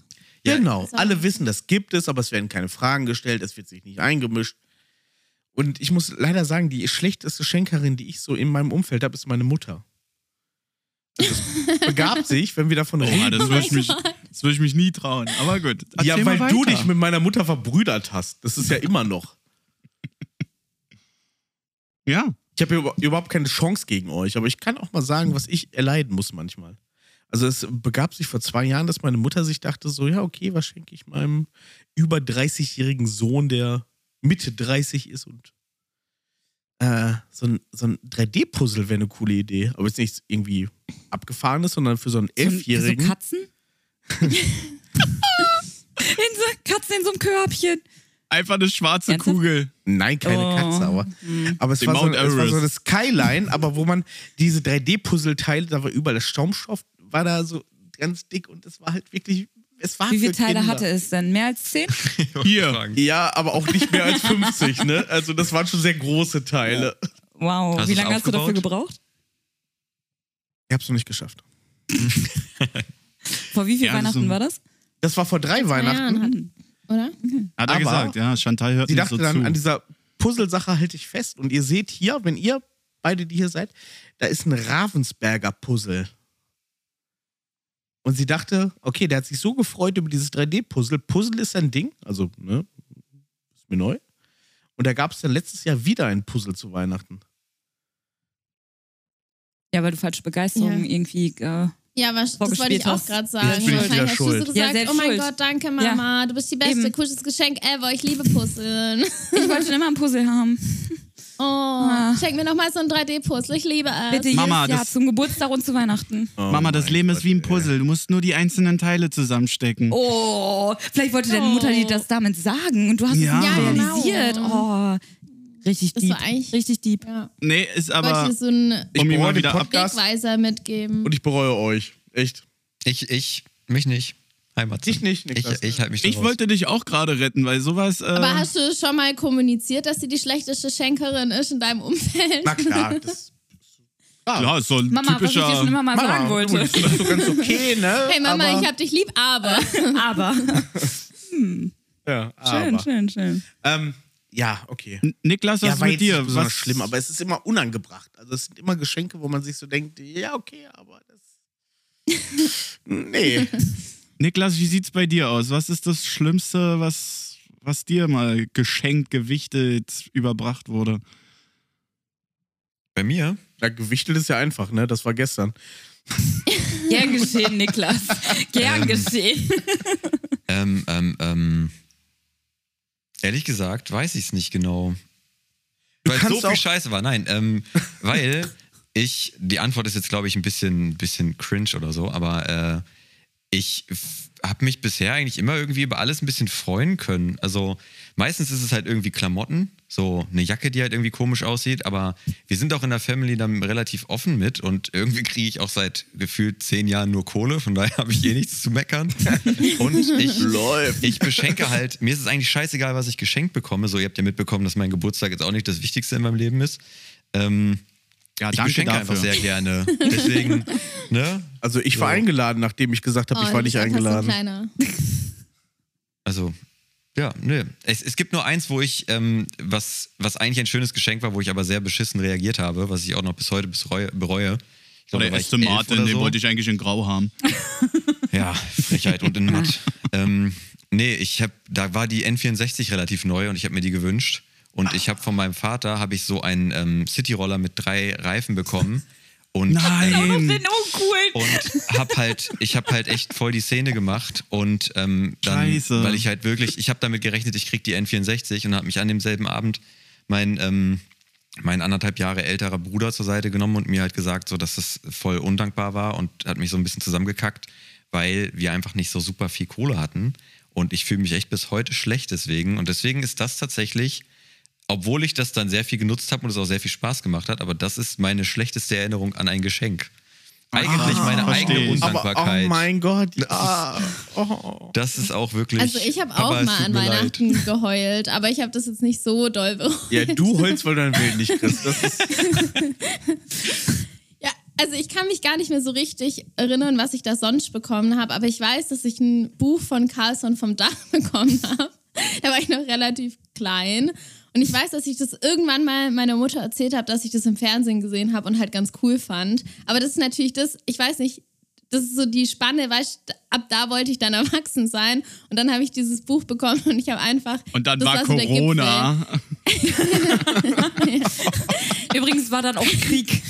[SPEAKER 2] Ja,
[SPEAKER 3] genau.
[SPEAKER 5] also-
[SPEAKER 3] Alle wissen, das gibt es, aber es werden keine Fragen gestellt, es wird sich nicht eingemischt. Und ich muss leider sagen, die schlechteste Schenkerin, die ich so in meinem Umfeld habe, ist meine Mutter. Das begab sich, wenn wir davon
[SPEAKER 1] Oha,
[SPEAKER 3] reden.
[SPEAKER 1] das würde ich, mich- das würd ich mich nie trauen. Aber gut.
[SPEAKER 3] Ja,
[SPEAKER 1] Erzähl mal
[SPEAKER 3] weil du
[SPEAKER 1] weiter.
[SPEAKER 3] dich mit meiner Mutter verbrüdert hast. Das ist ja immer noch.
[SPEAKER 1] Ja.
[SPEAKER 3] Ich habe über- überhaupt keine Chance gegen euch, aber ich kann auch mal sagen, was ich erleiden muss manchmal. Also es begab sich vor zwei Jahren, dass meine Mutter sich dachte, so, ja, okay, was schenke ich meinem über 30-jährigen Sohn, der Mitte 30 ist und äh, so ein, so ein 3D-Puzzle wäre eine coole Idee. Aber jetzt nichts irgendwie abgefahrenes, sondern für so einen
[SPEAKER 4] So, so
[SPEAKER 3] Elfjährigen.
[SPEAKER 4] Katzen? In so, Katze in so einem Körbchen.
[SPEAKER 1] Einfach eine schwarze
[SPEAKER 4] Ernsthaft?
[SPEAKER 1] Kugel.
[SPEAKER 3] Nein, keine
[SPEAKER 4] Oh.
[SPEAKER 3] Katze, aber, aber es,
[SPEAKER 1] Den
[SPEAKER 3] war so,
[SPEAKER 1] Mount
[SPEAKER 3] es war so eine
[SPEAKER 1] Everest.
[SPEAKER 3] Skyline, aber wo man diese 3D-Puzzleteile, da war überall das Schaumstoff, war da so ganz dick und es war halt wirklich, es war
[SPEAKER 4] Wie
[SPEAKER 3] viel
[SPEAKER 4] viele Teile hatte es denn? Mehr als zehn?
[SPEAKER 1] Hier.
[SPEAKER 3] Ja, aber auch nicht mehr als 50, ne? Also das waren schon sehr große Teile.
[SPEAKER 4] Wow.
[SPEAKER 2] Hast
[SPEAKER 4] Wie
[SPEAKER 2] du's
[SPEAKER 4] lange hast du dafür
[SPEAKER 2] aufgebaut?
[SPEAKER 4] gebraucht?
[SPEAKER 3] Ich hab's noch nicht geschafft.
[SPEAKER 4] Vor wie vielen
[SPEAKER 1] Ja, das ist
[SPEAKER 4] Weihnachten
[SPEAKER 1] so-
[SPEAKER 4] war das?
[SPEAKER 3] Das war vor drei Weihnachten.
[SPEAKER 5] Jahren hat,
[SPEAKER 4] Hm.
[SPEAKER 5] oder?
[SPEAKER 1] Hat er
[SPEAKER 3] Aber
[SPEAKER 1] gesagt, ja. Chantal hört
[SPEAKER 3] Sie
[SPEAKER 1] nicht
[SPEAKER 3] dachte
[SPEAKER 1] so
[SPEAKER 3] dann,
[SPEAKER 1] zu.
[SPEAKER 3] an dieser Puzzlesache halte ich fest. Und ihr seht hier, wenn ihr beide, die hier seid, da ist ein Ravensberger Puzzle. Und sie dachte, okay, der hat sich so gefreut über dieses 3D-Puzzle. Puzzle ist ein Ding, also, ne, ist mir neu. Und da gab es dann letztes Jahr wieder ein Puzzle zu Weihnachten.
[SPEAKER 4] Ja, weil du falsche Begeisterung
[SPEAKER 5] Ja.
[SPEAKER 4] irgendwie. Äh,
[SPEAKER 5] Ja, was, das wollte
[SPEAKER 4] Vorgespielt
[SPEAKER 5] ich auch
[SPEAKER 4] hast.
[SPEAKER 5] gerade sagen.
[SPEAKER 3] Jetzt bin ich
[SPEAKER 5] Wahrscheinlich
[SPEAKER 3] wieder
[SPEAKER 5] hast
[SPEAKER 3] schuld.
[SPEAKER 4] Ja,
[SPEAKER 5] du so gesagt,
[SPEAKER 4] selbst
[SPEAKER 5] oh mein
[SPEAKER 4] schuld.
[SPEAKER 5] Gott, danke Mama, du bist die beste,
[SPEAKER 4] Eben.
[SPEAKER 5] coolstes Geschenk ever, ich liebe Puzzeln.
[SPEAKER 4] ich wollte schon immer ein Puzzle haben.
[SPEAKER 5] Oh, schenk mir nochmal so ein 3D-Puzzle, ich liebe es.
[SPEAKER 4] Ah. Bitte
[SPEAKER 1] Mama,
[SPEAKER 4] jedes Jahr
[SPEAKER 1] das-
[SPEAKER 4] zum Geburtstag und zu Weihnachten.
[SPEAKER 1] Mama, das
[SPEAKER 3] mein
[SPEAKER 1] Leben ist
[SPEAKER 3] Gott,
[SPEAKER 1] wie ein
[SPEAKER 3] ey.
[SPEAKER 1] Puzzle. Du musst nur die einzelnen Teile zusammenstecken.
[SPEAKER 4] Oh, vielleicht wollte deine Mutter dir das damit sagen und du hast
[SPEAKER 1] Ja.
[SPEAKER 4] es nicht
[SPEAKER 1] Ja,
[SPEAKER 5] genau.
[SPEAKER 4] realisiert. Oh, richtig
[SPEAKER 5] Das
[SPEAKER 4] deep.
[SPEAKER 5] war eigentlich-
[SPEAKER 4] richtig deep.
[SPEAKER 5] Ja.
[SPEAKER 1] Nee, ist
[SPEAKER 5] Aber wollte
[SPEAKER 1] aber.
[SPEAKER 5] dir so einen
[SPEAKER 1] Um
[SPEAKER 3] Ich
[SPEAKER 1] ihn mal
[SPEAKER 3] bereue den
[SPEAKER 1] wieder ab-
[SPEAKER 3] Podcast
[SPEAKER 5] Wegweiser mitgeben.
[SPEAKER 3] und ich bereue euch. Echt.
[SPEAKER 2] Ich, ich, mich nicht. Heimat.
[SPEAKER 3] Dich nicht,
[SPEAKER 2] Ich,
[SPEAKER 3] Niklas.
[SPEAKER 2] ich halte mich da
[SPEAKER 1] Ich
[SPEAKER 2] raus.
[SPEAKER 1] wollte dich auch gerade retten, weil sowas. Äh,
[SPEAKER 5] Aber hast du schon mal kommuniziert, dass sie die schlechteste Schenkerin ist in deinem Umfeld?
[SPEAKER 3] Na klar, das klar.
[SPEAKER 1] ja, ist so ein
[SPEAKER 4] Mama, was ich dir
[SPEAKER 1] typischer.
[SPEAKER 4] schon immer mal sagen
[SPEAKER 3] du,
[SPEAKER 4] wollte.
[SPEAKER 3] Das ist so ganz okay, ne?
[SPEAKER 5] Hey Mama,
[SPEAKER 3] aber,
[SPEAKER 5] ich hab dich lieb, aber.
[SPEAKER 4] Aber.
[SPEAKER 3] Ja,
[SPEAKER 4] Schön,
[SPEAKER 3] aber.
[SPEAKER 4] schön, schön.
[SPEAKER 3] Ähm, ja, okay.
[SPEAKER 1] Niklas, was
[SPEAKER 3] ja,
[SPEAKER 1] ist
[SPEAKER 3] war
[SPEAKER 1] mit
[SPEAKER 3] jetzt
[SPEAKER 1] dir?
[SPEAKER 3] nicht besonders
[SPEAKER 1] was
[SPEAKER 3] schlimm, aber es ist immer unangebracht. Also es sind immer Geschenke, wo man sich so denkt, ja, okay, aber das. nee.
[SPEAKER 1] Niklas, wie sieht's bei dir aus? Was ist das Schlimmste, was, was dir mal geschenkt, gewichtet, überbracht wurde?
[SPEAKER 2] Bei mir?
[SPEAKER 3] Ja, gewichtelt ist ja einfach, ne? Das war gestern.
[SPEAKER 4] Gern geschehen, Niklas. Gern geschehen.
[SPEAKER 2] Ähm, ähm, ähm. Ehrlich gesagt, weiß ich es nicht genau. weil so
[SPEAKER 3] kannst
[SPEAKER 2] viel
[SPEAKER 3] auch-
[SPEAKER 2] Scheiße war. Nein, ähm, weil ich, die Antwort ist jetzt, glaube ich, ein bisschen, bisschen cringe oder so, aber äh, ich habe mich bisher eigentlich immer irgendwie über alles ein bisschen freuen können. Also meistens ist es halt irgendwie Klamotten, so eine Jacke, die halt irgendwie komisch aussieht, aber wir sind auch in der Family dann relativ offen mit und irgendwie kriege ich auch seit gefühlt zehn Jahren nur Kohle, von daher habe ich eh nichts zu meckern. Und ich,
[SPEAKER 3] Läuft.
[SPEAKER 2] ich beschenke halt, mir ist es eigentlich scheißegal, was ich geschenkt bekomme. So, ihr habt ja mitbekommen, dass mein Geburtstag jetzt auch nicht das Wichtigste in meinem Leben ist. Ähm,
[SPEAKER 1] Ja, Ah,
[SPEAKER 2] ich
[SPEAKER 1] danke
[SPEAKER 2] beschenke
[SPEAKER 1] dafür.
[SPEAKER 2] einfach sehr gerne. Deswegen, ne?
[SPEAKER 3] Also ich war
[SPEAKER 2] So.
[SPEAKER 3] eingeladen, nachdem ich gesagt habe, ich
[SPEAKER 5] Oh,
[SPEAKER 3] war
[SPEAKER 5] du bist
[SPEAKER 3] nicht
[SPEAKER 5] einfach So
[SPEAKER 3] eingeladen.
[SPEAKER 5] ein kleiner.
[SPEAKER 2] Also, ja, nö. Es, es gibt nur eins, wo ich, ähm, was, was eigentlich ein schönes Geschenk war, wo ich aber sehr beschissen reagiert habe, was ich auch noch bis heute bereue. bereue. Ich glaube,
[SPEAKER 1] Oder
[SPEAKER 2] da war ich
[SPEAKER 1] erste
[SPEAKER 2] elf
[SPEAKER 1] Martin,
[SPEAKER 2] oder
[SPEAKER 1] den
[SPEAKER 2] so.
[SPEAKER 1] ne, wollte ich eigentlich in Grau haben.
[SPEAKER 2] Ja, Frechheit und in Matt. ähm, nee, ich hab, da war die N64 relativ neu und ich habe mir die gewünscht. Und ich habe von meinem Vater habe ich so einen ähm, Cityroller mit drei Reifen bekommen. Und,
[SPEAKER 1] ähm,
[SPEAKER 2] ähm,
[SPEAKER 1] Nein!
[SPEAKER 4] uncool.
[SPEAKER 2] und hab halt, ich habe halt echt voll die Szene gemacht und ähm, dann,
[SPEAKER 1] Scheiße.
[SPEAKER 2] weil ich halt wirklich, ich habe damit gerechnet, ich krieg die N64 und habe mich an demselben Abend mein ähm, mein anderthalb Jahre älterer Bruder zur Seite genommen und mir halt gesagt, so dass das voll undankbar war und hat mich so ein bisschen zusammengekackt, weil wir einfach nicht so super viel Kohle hatten und ich fühle mich echt bis heute schlecht deswegen und deswegen ist das tatsächlich obwohl ich das dann sehr viel genutzt habe und es auch sehr viel Spaß gemacht hat, aber das ist meine schlechteste Erinnerung an ein Geschenk. Eigentlich meine
[SPEAKER 1] verstehe.
[SPEAKER 2] eigene
[SPEAKER 3] Aber
[SPEAKER 2] Undankbarkeit.
[SPEAKER 3] oh mein Gott, ja. Oh.
[SPEAKER 2] das ist auch wirklich.
[SPEAKER 5] Also ich habe
[SPEAKER 2] Papa,
[SPEAKER 5] auch
[SPEAKER 2] es
[SPEAKER 5] mal
[SPEAKER 2] tut
[SPEAKER 5] an
[SPEAKER 2] mir leid.
[SPEAKER 5] Weihnachten geheult, aber ich habe das jetzt nicht so doll bereut.
[SPEAKER 3] Ja, du holst, weil du dein Bild nicht kriegst. Das ist
[SPEAKER 5] Ja, also ich kann mich gar nicht mehr so richtig erinnern, was ich da sonst bekommen habe, aber ich weiß, dass ich ein Buch von Carlson vom Dach bekommen habe. Da war ich noch relativ klein. Und ich weiß, dass ich das irgendwann mal meiner Mutter erzählt habe, dass ich das im Fernsehen gesehen habe und halt ganz cool fand. Aber das ist natürlich das, ich weiß nicht, das ist so die Spanne, weißt du, ab da wollte ich dann erwachsen sein. Und dann habe ich dieses Buch bekommen und ich habe einfach.
[SPEAKER 1] Und dann
[SPEAKER 5] das
[SPEAKER 1] war
[SPEAKER 5] so der Gipfel.
[SPEAKER 1] Corona.
[SPEAKER 4] Übrigens war dann auch Krieg.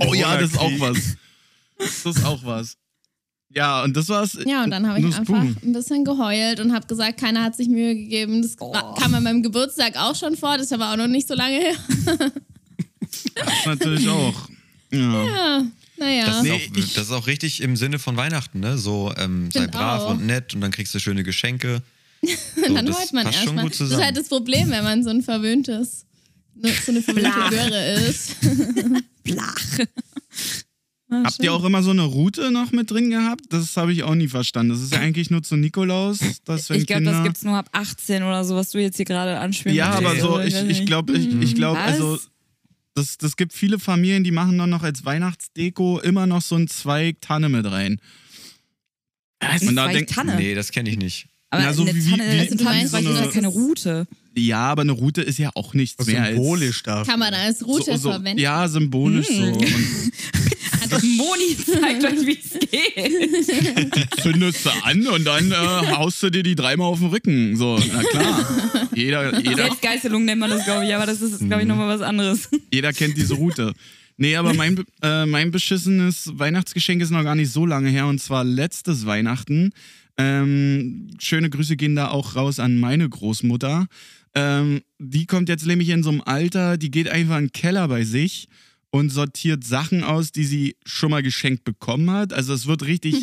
[SPEAKER 1] Oh ja, das ist auch was. Das ist auch was. Ja, und das war's.
[SPEAKER 5] Ja, und dann habe ich
[SPEAKER 1] Nur das
[SPEAKER 5] einfach
[SPEAKER 1] Buch.
[SPEAKER 5] ein bisschen geheult und habe gesagt, keiner hat sich Mühe gegeben. Das
[SPEAKER 4] Oh.
[SPEAKER 5] war- kam an meinem Geburtstag auch schon vor, das ist aber auch noch nicht so lange her.
[SPEAKER 1] Das natürlich auch. Ja.
[SPEAKER 5] Ah, Ja. Naja.
[SPEAKER 2] Das,
[SPEAKER 1] Nee,
[SPEAKER 2] ist auch,
[SPEAKER 1] ich-
[SPEAKER 2] das ist auch richtig im Sinne von Weihnachten, ne? So, ähm, sei
[SPEAKER 5] Find
[SPEAKER 2] brav
[SPEAKER 5] auch.
[SPEAKER 2] und nett und dann kriegst du schöne Geschenke. So,
[SPEAKER 5] Und dann
[SPEAKER 2] das
[SPEAKER 5] heult man
[SPEAKER 2] passt schon
[SPEAKER 5] erstmal.
[SPEAKER 2] gut
[SPEAKER 5] Das
[SPEAKER 2] zusammen.
[SPEAKER 5] ist halt das Problem, wenn man so ein verwöhntes, ne, so eine verwöhnte Göre ist.
[SPEAKER 4] Blach.
[SPEAKER 1] Habt ihr auch immer so eine Route noch mit drin gehabt? Das habe ich auch nie verstanden. Das ist ja eigentlich nur zu Nikolaus, dass wenn
[SPEAKER 4] Ich glaube, das
[SPEAKER 1] Kinder
[SPEAKER 4] gibt's nur ab 18 oder so, was du jetzt hier gerade anspielst.
[SPEAKER 1] Ja, aber so, ich,
[SPEAKER 4] weiß
[SPEAKER 1] ich
[SPEAKER 4] nicht.
[SPEAKER 1] glaube, ich, ich glaube,
[SPEAKER 4] Was?
[SPEAKER 1] also das, das gibt viele Familien, die machen dann noch als Weihnachtsdeko immer noch so einen Zweig Tanne mit rein.
[SPEAKER 4] Ein
[SPEAKER 1] Und da
[SPEAKER 4] Zweig
[SPEAKER 1] denkt-
[SPEAKER 4] Tanne.
[SPEAKER 2] Nee, das kenne ich nicht.
[SPEAKER 4] aber
[SPEAKER 1] na, so
[SPEAKER 4] eine
[SPEAKER 1] wie- wie-
[SPEAKER 4] Tanne,
[SPEAKER 1] wie-
[SPEAKER 4] also
[SPEAKER 5] Du
[SPEAKER 4] Tanne
[SPEAKER 5] meinst
[SPEAKER 4] ist
[SPEAKER 5] so
[SPEAKER 4] doch
[SPEAKER 5] eine-
[SPEAKER 4] keine Route.
[SPEAKER 1] Ja, aber eine Route ist ja auch nichts mehr als
[SPEAKER 3] Symbolisch da.
[SPEAKER 5] Kann man als Route
[SPEAKER 1] so, so,
[SPEAKER 5] verwenden.
[SPEAKER 1] Ja, symbolisch
[SPEAKER 4] Hm.
[SPEAKER 1] so. Und
[SPEAKER 4] Also Moni zeigt euch, wie es geht.
[SPEAKER 1] zündest du an und dann äh, haust du dir die dreimal auf den Rücken. So, na klar. Jeder, jeder
[SPEAKER 4] Selbstgeißelung nennt man das, glaube ich, aber das ist, glaube ich, nochmal was anderes.
[SPEAKER 1] Jeder kennt diese Route. Nee, aber mein, äh, mein beschissenes Weihnachtsgeschenk ist noch gar nicht so lange her und zwar letztes Weihnachten. Ähm, schöne Grüße gehen da auch raus an meine Großmutter. Ähm, die kommt jetzt nämlich in so einem Alter, die geht einfach in den Keller bei sich und sortiert Sachen aus, die sie schon mal geschenkt bekommen hat. Also es wird richtig,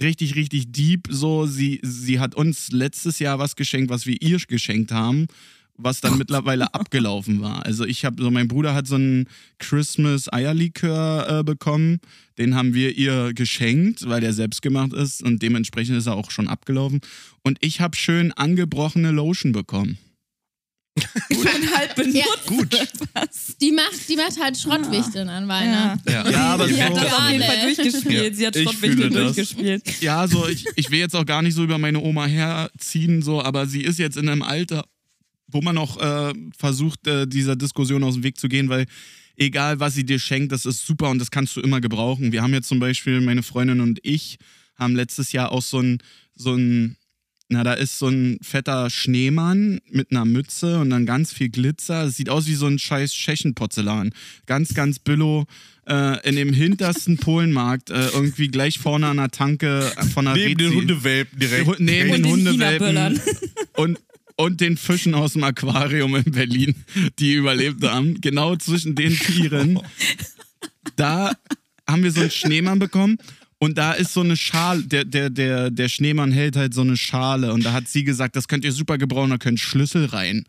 [SPEAKER 1] richtig, richtig deep. So, sie, sie hat uns letztes Jahr was geschenkt, was wir ihr geschenkt haben, was dann mittlerweile abgelaufen war. Also ich habe so, mein Bruder hat so einen Christmas Eierlikör äh, bekommen. Den haben wir ihr geschenkt, weil der selbst gemacht ist und dementsprechend ist er auch schon abgelaufen. Und ich habe schön angebrochene Lotion bekommen.
[SPEAKER 4] Ich bin halt benutzt.
[SPEAKER 2] Gut.
[SPEAKER 4] Was?
[SPEAKER 5] Die macht, die macht halt Schrottwichteln
[SPEAKER 4] Ah.
[SPEAKER 5] an Weihnachten.
[SPEAKER 2] Ja,
[SPEAKER 1] Ja, aber
[SPEAKER 2] Ihr
[SPEAKER 1] so-
[SPEAKER 4] Sie hat
[SPEAKER 2] merkt
[SPEAKER 4] das auf jeden
[SPEAKER 5] Ja.
[SPEAKER 4] Fall durchgespielt. Sie hat
[SPEAKER 3] Ich
[SPEAKER 4] Schrottwichtel
[SPEAKER 3] fühle das.
[SPEAKER 4] durchgespielt.
[SPEAKER 1] Ja, so ich, ich will jetzt auch gar nicht so über meine Oma herziehen, so, aber sie ist jetzt in einem Alter, wo man auch äh, versucht, äh, dieser Diskussion aus dem Weg zu gehen, weil egal was sie dir schenkt, das ist super und das kannst du immer gebrauchen. Wir haben jetzt zum Beispiel, meine Freundin und ich haben letztes Jahr auch so ein, so ein, na, da ist so ein fetter Schneemann mit einer Mütze und dann ganz viel Glitzer. Das sieht aus wie so ein scheiß Tschechenporzellan. Ganz, ganz billo. Äh, in dem hintersten Polenmarkt, äh, irgendwie gleich vorne an der Tanke äh, von einer
[SPEAKER 3] Neben den
[SPEAKER 1] Rezi.
[SPEAKER 3] Hundewelpen direkt.
[SPEAKER 1] Hu- Neben
[SPEAKER 4] Und
[SPEAKER 1] den
[SPEAKER 4] den
[SPEAKER 1] Hundewelpen
[SPEAKER 4] China-Böllern.
[SPEAKER 1] und, und den Fischen aus dem Aquarium in Berlin, die überlebt haben. Genau zwischen den Tieren. Da haben wir so einen Schneemann bekommen. Und da ist so eine Schale, der, der, der, der Schneemann hält halt so eine Schale. Und da hat sie gesagt, das könnt ihr super gebrauchen, da können Schlüssel rein.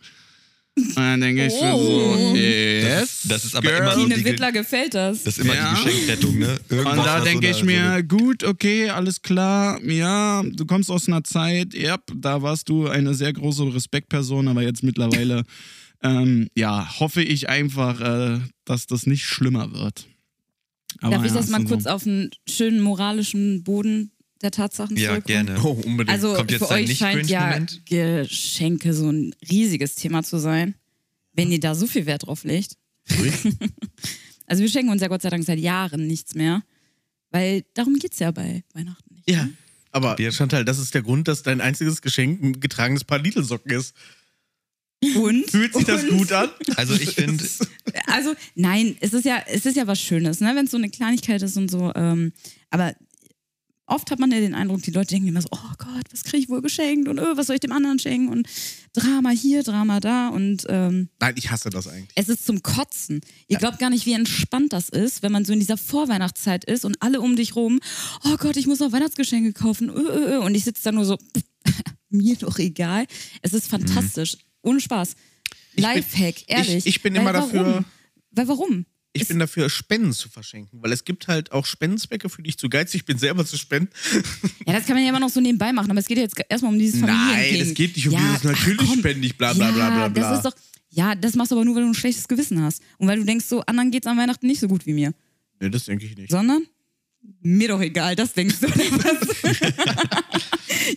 [SPEAKER 1] Und dann denke ich schon so,
[SPEAKER 5] Oh.
[SPEAKER 1] yes.
[SPEAKER 2] Das ist aber
[SPEAKER 1] girl.
[SPEAKER 2] immer so
[SPEAKER 4] Tine
[SPEAKER 2] die Ge-
[SPEAKER 4] Wittler gefällt das.
[SPEAKER 2] Das ist immer
[SPEAKER 1] Ja.
[SPEAKER 2] die Geschenkrettung, ne? Irgendwas,
[SPEAKER 1] Und da
[SPEAKER 2] was so
[SPEAKER 1] denke
[SPEAKER 2] eine-
[SPEAKER 1] ich mir, gut, okay, alles klar, ja, du kommst aus einer Zeit, ja, da warst du eine sehr große Respektperson, aber jetzt mittlerweile, ähm, ja, hoffe ich einfach, äh, dass das nicht schlimmer wird. Aber
[SPEAKER 4] Darf ich
[SPEAKER 1] ja, also
[SPEAKER 4] das mal
[SPEAKER 1] so-
[SPEAKER 4] kurz auf einen schönen moralischen Boden der Tatsachen
[SPEAKER 2] so ja,
[SPEAKER 4] zurückkommen?
[SPEAKER 2] gerne.
[SPEAKER 3] Oh, unbedingt.
[SPEAKER 4] Also
[SPEAKER 2] Kommt jetzt
[SPEAKER 4] für
[SPEAKER 2] dein
[SPEAKER 4] euch
[SPEAKER 2] nicht
[SPEAKER 4] scheint ja
[SPEAKER 2] Grinch-Moment?
[SPEAKER 4] Geschenke so ein riesiges Thema zu sein, wenn ihr da so viel Wert drauf legt. also wir schenken uns ja Gott sei Dank seit Jahren nichts mehr, weil darum geht's ja bei Weihnachten nicht.
[SPEAKER 3] ja. Aber
[SPEAKER 2] Wir-
[SPEAKER 3] Chantal, halt, das ist der Grund, dass dein einziges Geschenk ein getragenes Paar Lidl-Socken ist.
[SPEAKER 4] Und
[SPEAKER 3] Fühlt sich das
[SPEAKER 4] und-
[SPEAKER 3] gut an?
[SPEAKER 2] Also ich finde,
[SPEAKER 4] Also nein, es ist ja, es ist ja was Schönes, ne? wenn es so eine Kleinigkeit ist und so. Ähm, aber oft hat man ja den Eindruck, die Leute denken immer so, oh Gott, was kriege ich wohl geschenkt und öh, was soll ich dem anderen schenken und Drama hier, Drama da und ähm,
[SPEAKER 3] Nein, ich hasse das eigentlich.
[SPEAKER 4] Es ist zum Kotzen. Ihr glaubt gar nicht, wie entspannt das ist, wenn man so in dieser Vorweihnachtszeit ist und alle um dich rum, oh Gott, ich muss noch Weihnachtsgeschenke kaufen. ö, ö, ö. Und ich sitze da nur so, pff, mir doch egal. Es ist fantastisch. Ohne Spaß. Lifehack, ehrlich.
[SPEAKER 3] Mhm. ich- ich bin
[SPEAKER 4] Weil
[SPEAKER 3] immer
[SPEAKER 4] warum?
[SPEAKER 3] dafür-
[SPEAKER 4] Weil warum?
[SPEAKER 3] Ich bin dafür, Spenden zu verschenken, weil es gibt halt auch Spendenzwecke, für die ich zu geizig bin, selber zu spenden.
[SPEAKER 4] Ja, das kann man ja immer noch so nebenbei machen, aber es geht ja jetzt erstmal um dieses Familiending.
[SPEAKER 3] Nein, es geht nicht um
[SPEAKER 4] ja,
[SPEAKER 3] dieses natürlich
[SPEAKER 4] ach, komm.
[SPEAKER 3] spende ich, bla bla bla bla
[SPEAKER 4] Ja,
[SPEAKER 3] bla.
[SPEAKER 4] das ist doch, ja, das machst du aber nur, weil du ein schlechtes Gewissen hast. Und weil du denkst, so anderen geht's an Weihnachten nicht so gut wie mir.
[SPEAKER 3] nee, das denke ich nicht.
[SPEAKER 4] sondern mir doch egal, das denkst du. oder was?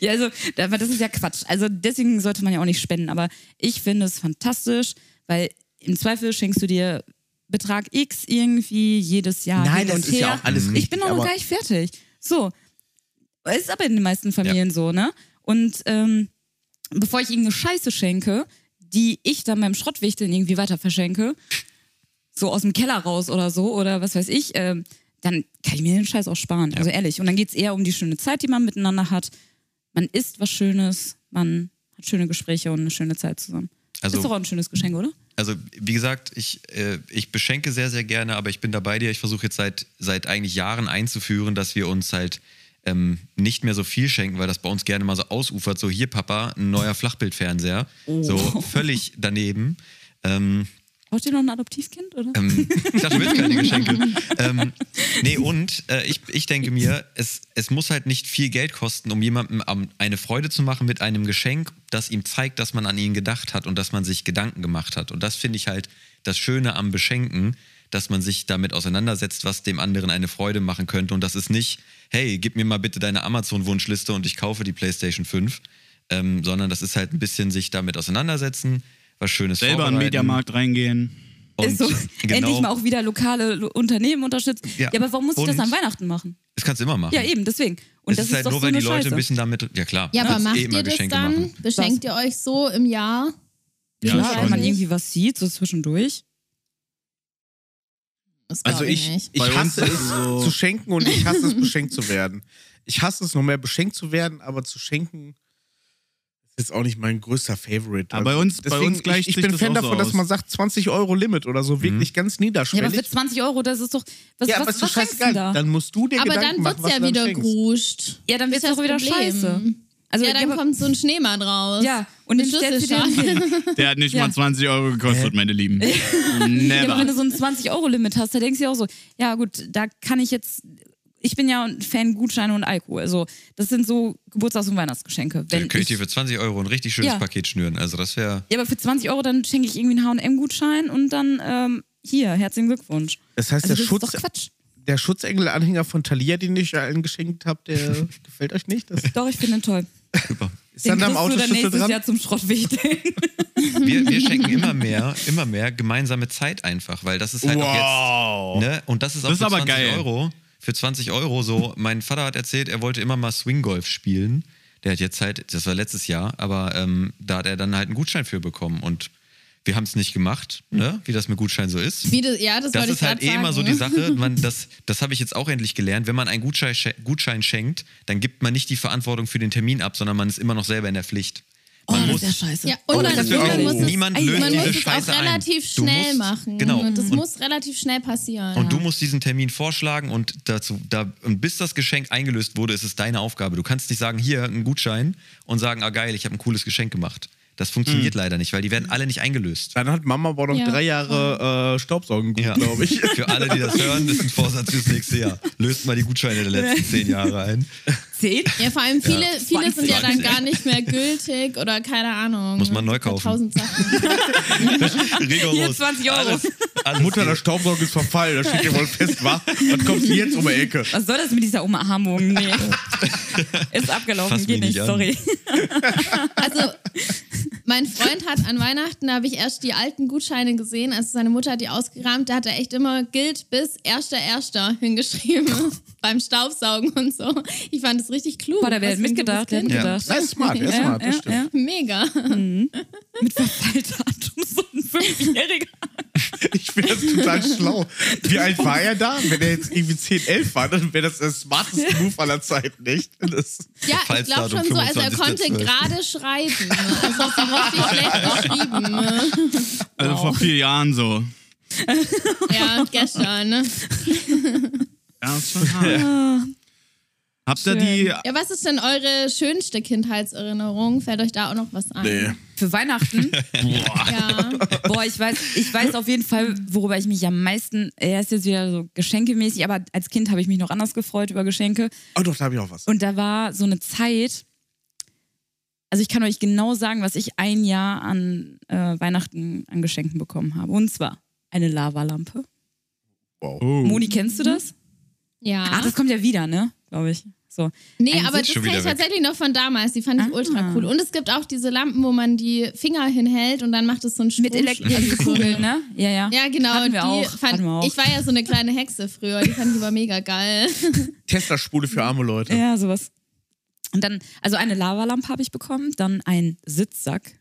[SPEAKER 4] ja, also da- aber das ist ja Quatsch. Also deswegen sollte man ja auch nicht spenden, aber ich finde es fantastisch, weil im Zweifel schenkst du dir Betrag X irgendwie jedes Jahr
[SPEAKER 3] Nein,
[SPEAKER 4] hin
[SPEAKER 3] das
[SPEAKER 4] und
[SPEAKER 3] ist
[SPEAKER 4] her.
[SPEAKER 3] ja auch alles richtig.
[SPEAKER 4] ich bin doch noch
[SPEAKER 3] aber
[SPEAKER 4] gar nicht fertig. So, ist aber in den meisten Familien so, ne? Und ähm, bevor ich irgendeine Scheiße schenke, die ich dann beim Schrottwichteln irgendwie weiter verschenke, so aus dem Keller raus oder so oder was weiß ich, ähm, dann kann ich mir den Scheiß auch sparen. Also ehrlich. Und dann geht's eher um die schöne Zeit, die man miteinander hat. Man isst was Schönes, man hat schöne Gespräche und eine schöne Zeit zusammen.
[SPEAKER 2] also
[SPEAKER 4] ist doch auch ein schönes Geschenk, oder?
[SPEAKER 2] Also, wie gesagt, ich, äh, ich beschenke sehr, sehr gerne, aber ich bin da bei dir. Ich versuche jetzt seit, seit eigentlich Jahren einzuführen, dass wir uns halt ähm, nicht mehr so viel schenken, weil das bei uns gerne mal so ausufert. So, hier, Papa, ein neuer Flachbildfernseher. So völlig daneben. Ähm,
[SPEAKER 4] Braucht ihr noch ein Adoptivkind, oder?
[SPEAKER 2] ähm, ich dachte, du willst keine Geschenke. ähm, nee, und äh, ich, ich denke mir, es, es muss halt nicht viel Geld kosten, um jemandem am- eine Freude zu machen mit einem Geschenk, das ihm zeigt, dass man an ihn gedacht hat und dass man sich Gedanken gemacht hat. Und das finde ich halt das Schöne am Beschenken, dass man sich damit auseinandersetzt, was dem anderen eine Freude machen könnte. Und das ist nicht, hey, gib mir mal bitte deine Amazon-Wunschliste und ich kaufe die PlayStation 5. Ähm, sondern das ist halt ein bisschen sich damit auseinandersetzen, was Schönes
[SPEAKER 1] Selber in den
[SPEAKER 2] vorbereiten.
[SPEAKER 1] Mediamarkt reingehen.
[SPEAKER 2] Und
[SPEAKER 4] ist so
[SPEAKER 2] genau-
[SPEAKER 4] endlich mal auch wieder lokale Lo- Unternehmen unterstützt. Ja,
[SPEAKER 2] Ja.
[SPEAKER 4] aber warum muss ich das
[SPEAKER 2] Und-
[SPEAKER 4] an Weihnachten machen?
[SPEAKER 2] Das kannst du immer machen.
[SPEAKER 4] Ja, eben, deswegen. Und
[SPEAKER 2] es
[SPEAKER 4] das
[SPEAKER 2] ist halt
[SPEAKER 4] doch
[SPEAKER 2] nur,
[SPEAKER 4] so
[SPEAKER 2] weil die
[SPEAKER 4] eine
[SPEAKER 2] Leute
[SPEAKER 4] Scheiße.
[SPEAKER 2] ein bisschen damit. Ja, klar.
[SPEAKER 5] Ja,
[SPEAKER 2] du
[SPEAKER 5] aber
[SPEAKER 2] kannst
[SPEAKER 5] macht
[SPEAKER 2] eh immer
[SPEAKER 5] ihr das
[SPEAKER 2] Geschenke
[SPEAKER 5] dann?
[SPEAKER 2] machen.
[SPEAKER 5] Beschenkt ihr euch so im Jahr?
[SPEAKER 1] Ja,
[SPEAKER 4] Klar,
[SPEAKER 1] schon.
[SPEAKER 4] wenn man irgendwie was sieht, so zwischendurch.
[SPEAKER 5] Das glaub
[SPEAKER 3] Also ich, ich,
[SPEAKER 1] Bei uns
[SPEAKER 3] hasse
[SPEAKER 1] ist
[SPEAKER 3] es
[SPEAKER 1] so-
[SPEAKER 3] zu schenken und ich hasse es beschenkt zu werden. Ich hasse es noch mehr beschenkt zu werden, aber zu schenken ist jetzt auch nicht mein größter Favorite.
[SPEAKER 1] Aber bei uns- bei uns gleicht
[SPEAKER 3] ich, ich
[SPEAKER 1] sich
[SPEAKER 3] bin
[SPEAKER 1] das
[SPEAKER 3] Fan
[SPEAKER 1] auch so
[SPEAKER 3] davon, dass
[SPEAKER 1] aus. Mhm.
[SPEAKER 3] man sagt 20 Euro Limit oder so, wirklich ganz
[SPEAKER 4] Ja, aber
[SPEAKER 3] niederschwellig.
[SPEAKER 4] für 20 Euro, das ist doch. Was,
[SPEAKER 3] Ja, aber
[SPEAKER 4] was,
[SPEAKER 3] ist doch
[SPEAKER 4] was schenkst du
[SPEAKER 3] scheißegal.
[SPEAKER 4] denn da?
[SPEAKER 3] Dann musst du dir
[SPEAKER 5] Aber
[SPEAKER 3] Gedanken
[SPEAKER 5] dann
[SPEAKER 3] machen,
[SPEAKER 5] wird's
[SPEAKER 3] was
[SPEAKER 5] ja
[SPEAKER 3] du dann
[SPEAKER 5] wieder
[SPEAKER 3] schenkst.
[SPEAKER 5] gruscht.
[SPEAKER 4] ja, dann
[SPEAKER 5] Das
[SPEAKER 4] wird
[SPEAKER 5] ist
[SPEAKER 4] es doch wieder
[SPEAKER 5] Problem.
[SPEAKER 4] scheiße. Also,
[SPEAKER 5] ja, dann
[SPEAKER 4] aber-
[SPEAKER 5] kommt so ein Schneemann raus.
[SPEAKER 4] Ja, und
[SPEAKER 5] Mit
[SPEAKER 4] den stellst du dir
[SPEAKER 5] Schlüsselschaden.
[SPEAKER 4] hin.
[SPEAKER 1] Der hat nicht
[SPEAKER 4] Ja.
[SPEAKER 1] mal 20 Euro gekostet, meine Lieben.
[SPEAKER 4] Ja, aber wenn
[SPEAKER 1] Never.
[SPEAKER 4] du so ein 20-Euro-Limit hast, da denkst du dir auch so, ja gut, da kann ich jetzt, ich bin ja ein Fan Gutscheine und Alkohol. Also das sind so Geburtstags- und Weihnachtsgeschenke.
[SPEAKER 2] Dann
[SPEAKER 4] Wenn
[SPEAKER 2] könnt
[SPEAKER 4] ich,
[SPEAKER 2] ihr für 20 Euro ein richtig schönes
[SPEAKER 4] Ja.
[SPEAKER 2] Paket schnüren. Also das wäre.
[SPEAKER 4] ja, aber für 20 Euro, dann schenke ich irgendwie einen H&M-Gutschein und dann, ähm, hier, herzlichen Glückwunsch.
[SPEAKER 3] Das heißt,
[SPEAKER 4] Also,
[SPEAKER 3] der,
[SPEAKER 4] das ist
[SPEAKER 3] Schutz,
[SPEAKER 4] doch Quatsch.
[SPEAKER 3] der Schutzengel-Anhänger von Thalia, den ich allen geschenkt habe, der gefällt euch nicht? Das,
[SPEAKER 4] Doch, ich finde ihn toll.
[SPEAKER 3] ist dann da am
[SPEAKER 4] kriegst du dann
[SPEAKER 3] Autoschlüssel
[SPEAKER 4] nächstes
[SPEAKER 3] dran?
[SPEAKER 4] Jahr zum Schrottweg.
[SPEAKER 2] Wir, wir schenken immer mehr, immer mehr gemeinsame Zeit einfach, weil das ist halt auch jetzt. Ne? Und das ist auch
[SPEAKER 1] Das ist
[SPEAKER 2] für
[SPEAKER 1] aber
[SPEAKER 2] 20
[SPEAKER 1] geil.
[SPEAKER 2] Euro. Für 20 Euro so. Mein Vater hat erzählt, er wollte immer mal Swinggolf spielen. Der hat jetzt halt, das war letztes Jahr, aber ähm, da hat er dann halt einen Gutschein für bekommen und wir haben es nicht gemacht,
[SPEAKER 4] Hm.
[SPEAKER 2] ne? wie das mit Gutschein so ist.
[SPEAKER 5] Wie das, ja, das,
[SPEAKER 2] Das
[SPEAKER 5] wollte ich
[SPEAKER 2] ist halt
[SPEAKER 5] grad
[SPEAKER 2] eh
[SPEAKER 5] sagen. ne?
[SPEAKER 2] immer so die Sache. Man, das das habe ich jetzt auch endlich gelernt. Wenn man einen Gutschein, schen- Gutschein schenkt, dann gibt man nicht die Verantwortung für den Termin ab, sondern man ist immer noch selber in der Pflicht. Man muss,
[SPEAKER 4] Oh, scheiße.
[SPEAKER 5] Oh, Ja, und man,
[SPEAKER 2] Oh, das
[SPEAKER 5] und man
[SPEAKER 2] auch-
[SPEAKER 5] muss es,
[SPEAKER 2] niemand
[SPEAKER 5] man
[SPEAKER 2] löst
[SPEAKER 5] muss
[SPEAKER 2] diese
[SPEAKER 5] es auch
[SPEAKER 2] Scheiße ein.
[SPEAKER 5] relativ
[SPEAKER 2] Du
[SPEAKER 5] schnell
[SPEAKER 2] musst-
[SPEAKER 5] machen.
[SPEAKER 2] genau.
[SPEAKER 5] Und das
[SPEAKER 2] Und-
[SPEAKER 5] muss relativ schnell passieren.
[SPEAKER 2] und du musst diesen Termin vorschlagen und dazu, da, und bis das Geschenk eingelöst wurde, ist es deine Aufgabe. Du kannst nicht sagen, hier einen Gutschein und sagen, ah geil, ich habe ein cooles Geschenk gemacht. Das funktioniert leider nicht, weil die werden alle nicht eingelöst.
[SPEAKER 3] Dann hat Mama aber noch
[SPEAKER 5] Ja,
[SPEAKER 3] drei Jahre äh, Staubsaugen gut, glaube ich.
[SPEAKER 2] Für alle, die das hören, ist ein Vorsatz fürs nächste Jahr. Löst mal die Gutscheine der letzten zehn Jahre ein.
[SPEAKER 4] Zehn?
[SPEAKER 5] ja, vor allem viele, viele sind ja dann
[SPEAKER 2] 20.
[SPEAKER 5] gar nicht mehr gültig oder keine Ahnung.
[SPEAKER 2] Muss man neu
[SPEAKER 5] Es gibt ja
[SPEAKER 2] kaufen.
[SPEAKER 5] Tausend Sachen.
[SPEAKER 2] Rigoros.
[SPEAKER 4] Hier, 20 Euro.
[SPEAKER 2] Alles, alles
[SPEAKER 3] Mutter, der Staubsauger ist verfallen. Da steht ihr wohl fest, wa? Dann kommt sie jetzt um die Ecke.
[SPEAKER 4] Was soll das mit dieser Umarmung? Nee. ist abgelaufen,
[SPEAKER 2] Fass
[SPEAKER 4] geht
[SPEAKER 2] mich
[SPEAKER 4] nicht,
[SPEAKER 2] nicht an.
[SPEAKER 4] sorry.
[SPEAKER 5] Also, mein Freund hat an Weihnachten, da habe ich erst die alten Gutscheine gesehen, also seine Mutter hat die ausgerammt, da hat er echt immer gilt bis 1.1. hingeschrieben. beim Staubsaugen und so. Ich fand das richtig klug.
[SPEAKER 4] Boah, da
[SPEAKER 5] Was
[SPEAKER 4] wird
[SPEAKER 5] für ein
[SPEAKER 4] mitgedacht, der
[SPEAKER 5] gutes
[SPEAKER 4] hat mitgedacht.
[SPEAKER 3] Das ist smart, das ist smart, das stimmt.
[SPEAKER 5] Kind. Mega.
[SPEAKER 4] Mit Verfalldatum, so ein Fünfjähriger.
[SPEAKER 3] Ich finde das total schlau. Wie alt war er da? Wenn er jetzt irgendwie 10, 11 war, dann wäre das der smarteste Move aller Zeiten, nicht? Das,
[SPEAKER 5] Ja, ich glaube
[SPEAKER 2] Falls-Datum
[SPEAKER 5] schon so. Also er
[SPEAKER 2] 25.12..
[SPEAKER 5] konnte gerade schreiben. Also ist so richtig schlecht geschrieben. ne?
[SPEAKER 1] Also vor vier Jahren so.
[SPEAKER 5] Ja, gestern. Ne?
[SPEAKER 1] Ja, ist schon hart.
[SPEAKER 4] Ah.
[SPEAKER 1] Habt ihr die
[SPEAKER 5] Ja, was ist denn eure schönste Kindheitserinnerung? Fällt euch da auch noch was ein?
[SPEAKER 4] Für Weihnachten?
[SPEAKER 5] Ja.
[SPEAKER 4] Boah, ich weiß, ich weiß auf jeden Fall, worüber ich mich am meisten, er ist jetzt wieder so geschenkemäßig, aber als Kind habe ich mich noch anders gefreut über Geschenke.
[SPEAKER 3] Oh doch, da habe ich auch was.
[SPEAKER 4] Und da war so eine Zeit, also ich kann euch genau sagen, was ich ein Jahr an äh, Weihnachten an Geschenken bekommen habe. Und zwar eine Lavalampe.
[SPEAKER 1] Oh,
[SPEAKER 2] Oh.
[SPEAKER 4] Moni, kennst du das? Ah,
[SPEAKER 5] ja.
[SPEAKER 4] das kommt ja wieder, ne? Glaube ich. So.
[SPEAKER 5] Nee,
[SPEAKER 4] Ein
[SPEAKER 5] aber das
[SPEAKER 2] Schon
[SPEAKER 5] kenne ich
[SPEAKER 2] wieder weg.
[SPEAKER 5] tatsächlich noch von damals. Die fand ich
[SPEAKER 4] Ah.
[SPEAKER 5] ultra cool. Und es gibt auch diese Lampen, wo man die Finger hinhält und dann macht es so einen Strom.
[SPEAKER 4] Mit Elektrokugeln, ne? Ja, ja.
[SPEAKER 5] Ja, genau.
[SPEAKER 4] Hatten wir
[SPEAKER 5] die
[SPEAKER 4] auch.
[SPEAKER 5] Fand,
[SPEAKER 4] Hatten wir auch.
[SPEAKER 5] Ich war ja so eine kleine Hexe früher. Die fand ich immer mega geil.
[SPEAKER 3] Tesla-Spule für arme Leute.
[SPEAKER 4] Ja, sowas. Und dann, also eine Lavalampe habe ich bekommen, dann einen Sitzsack,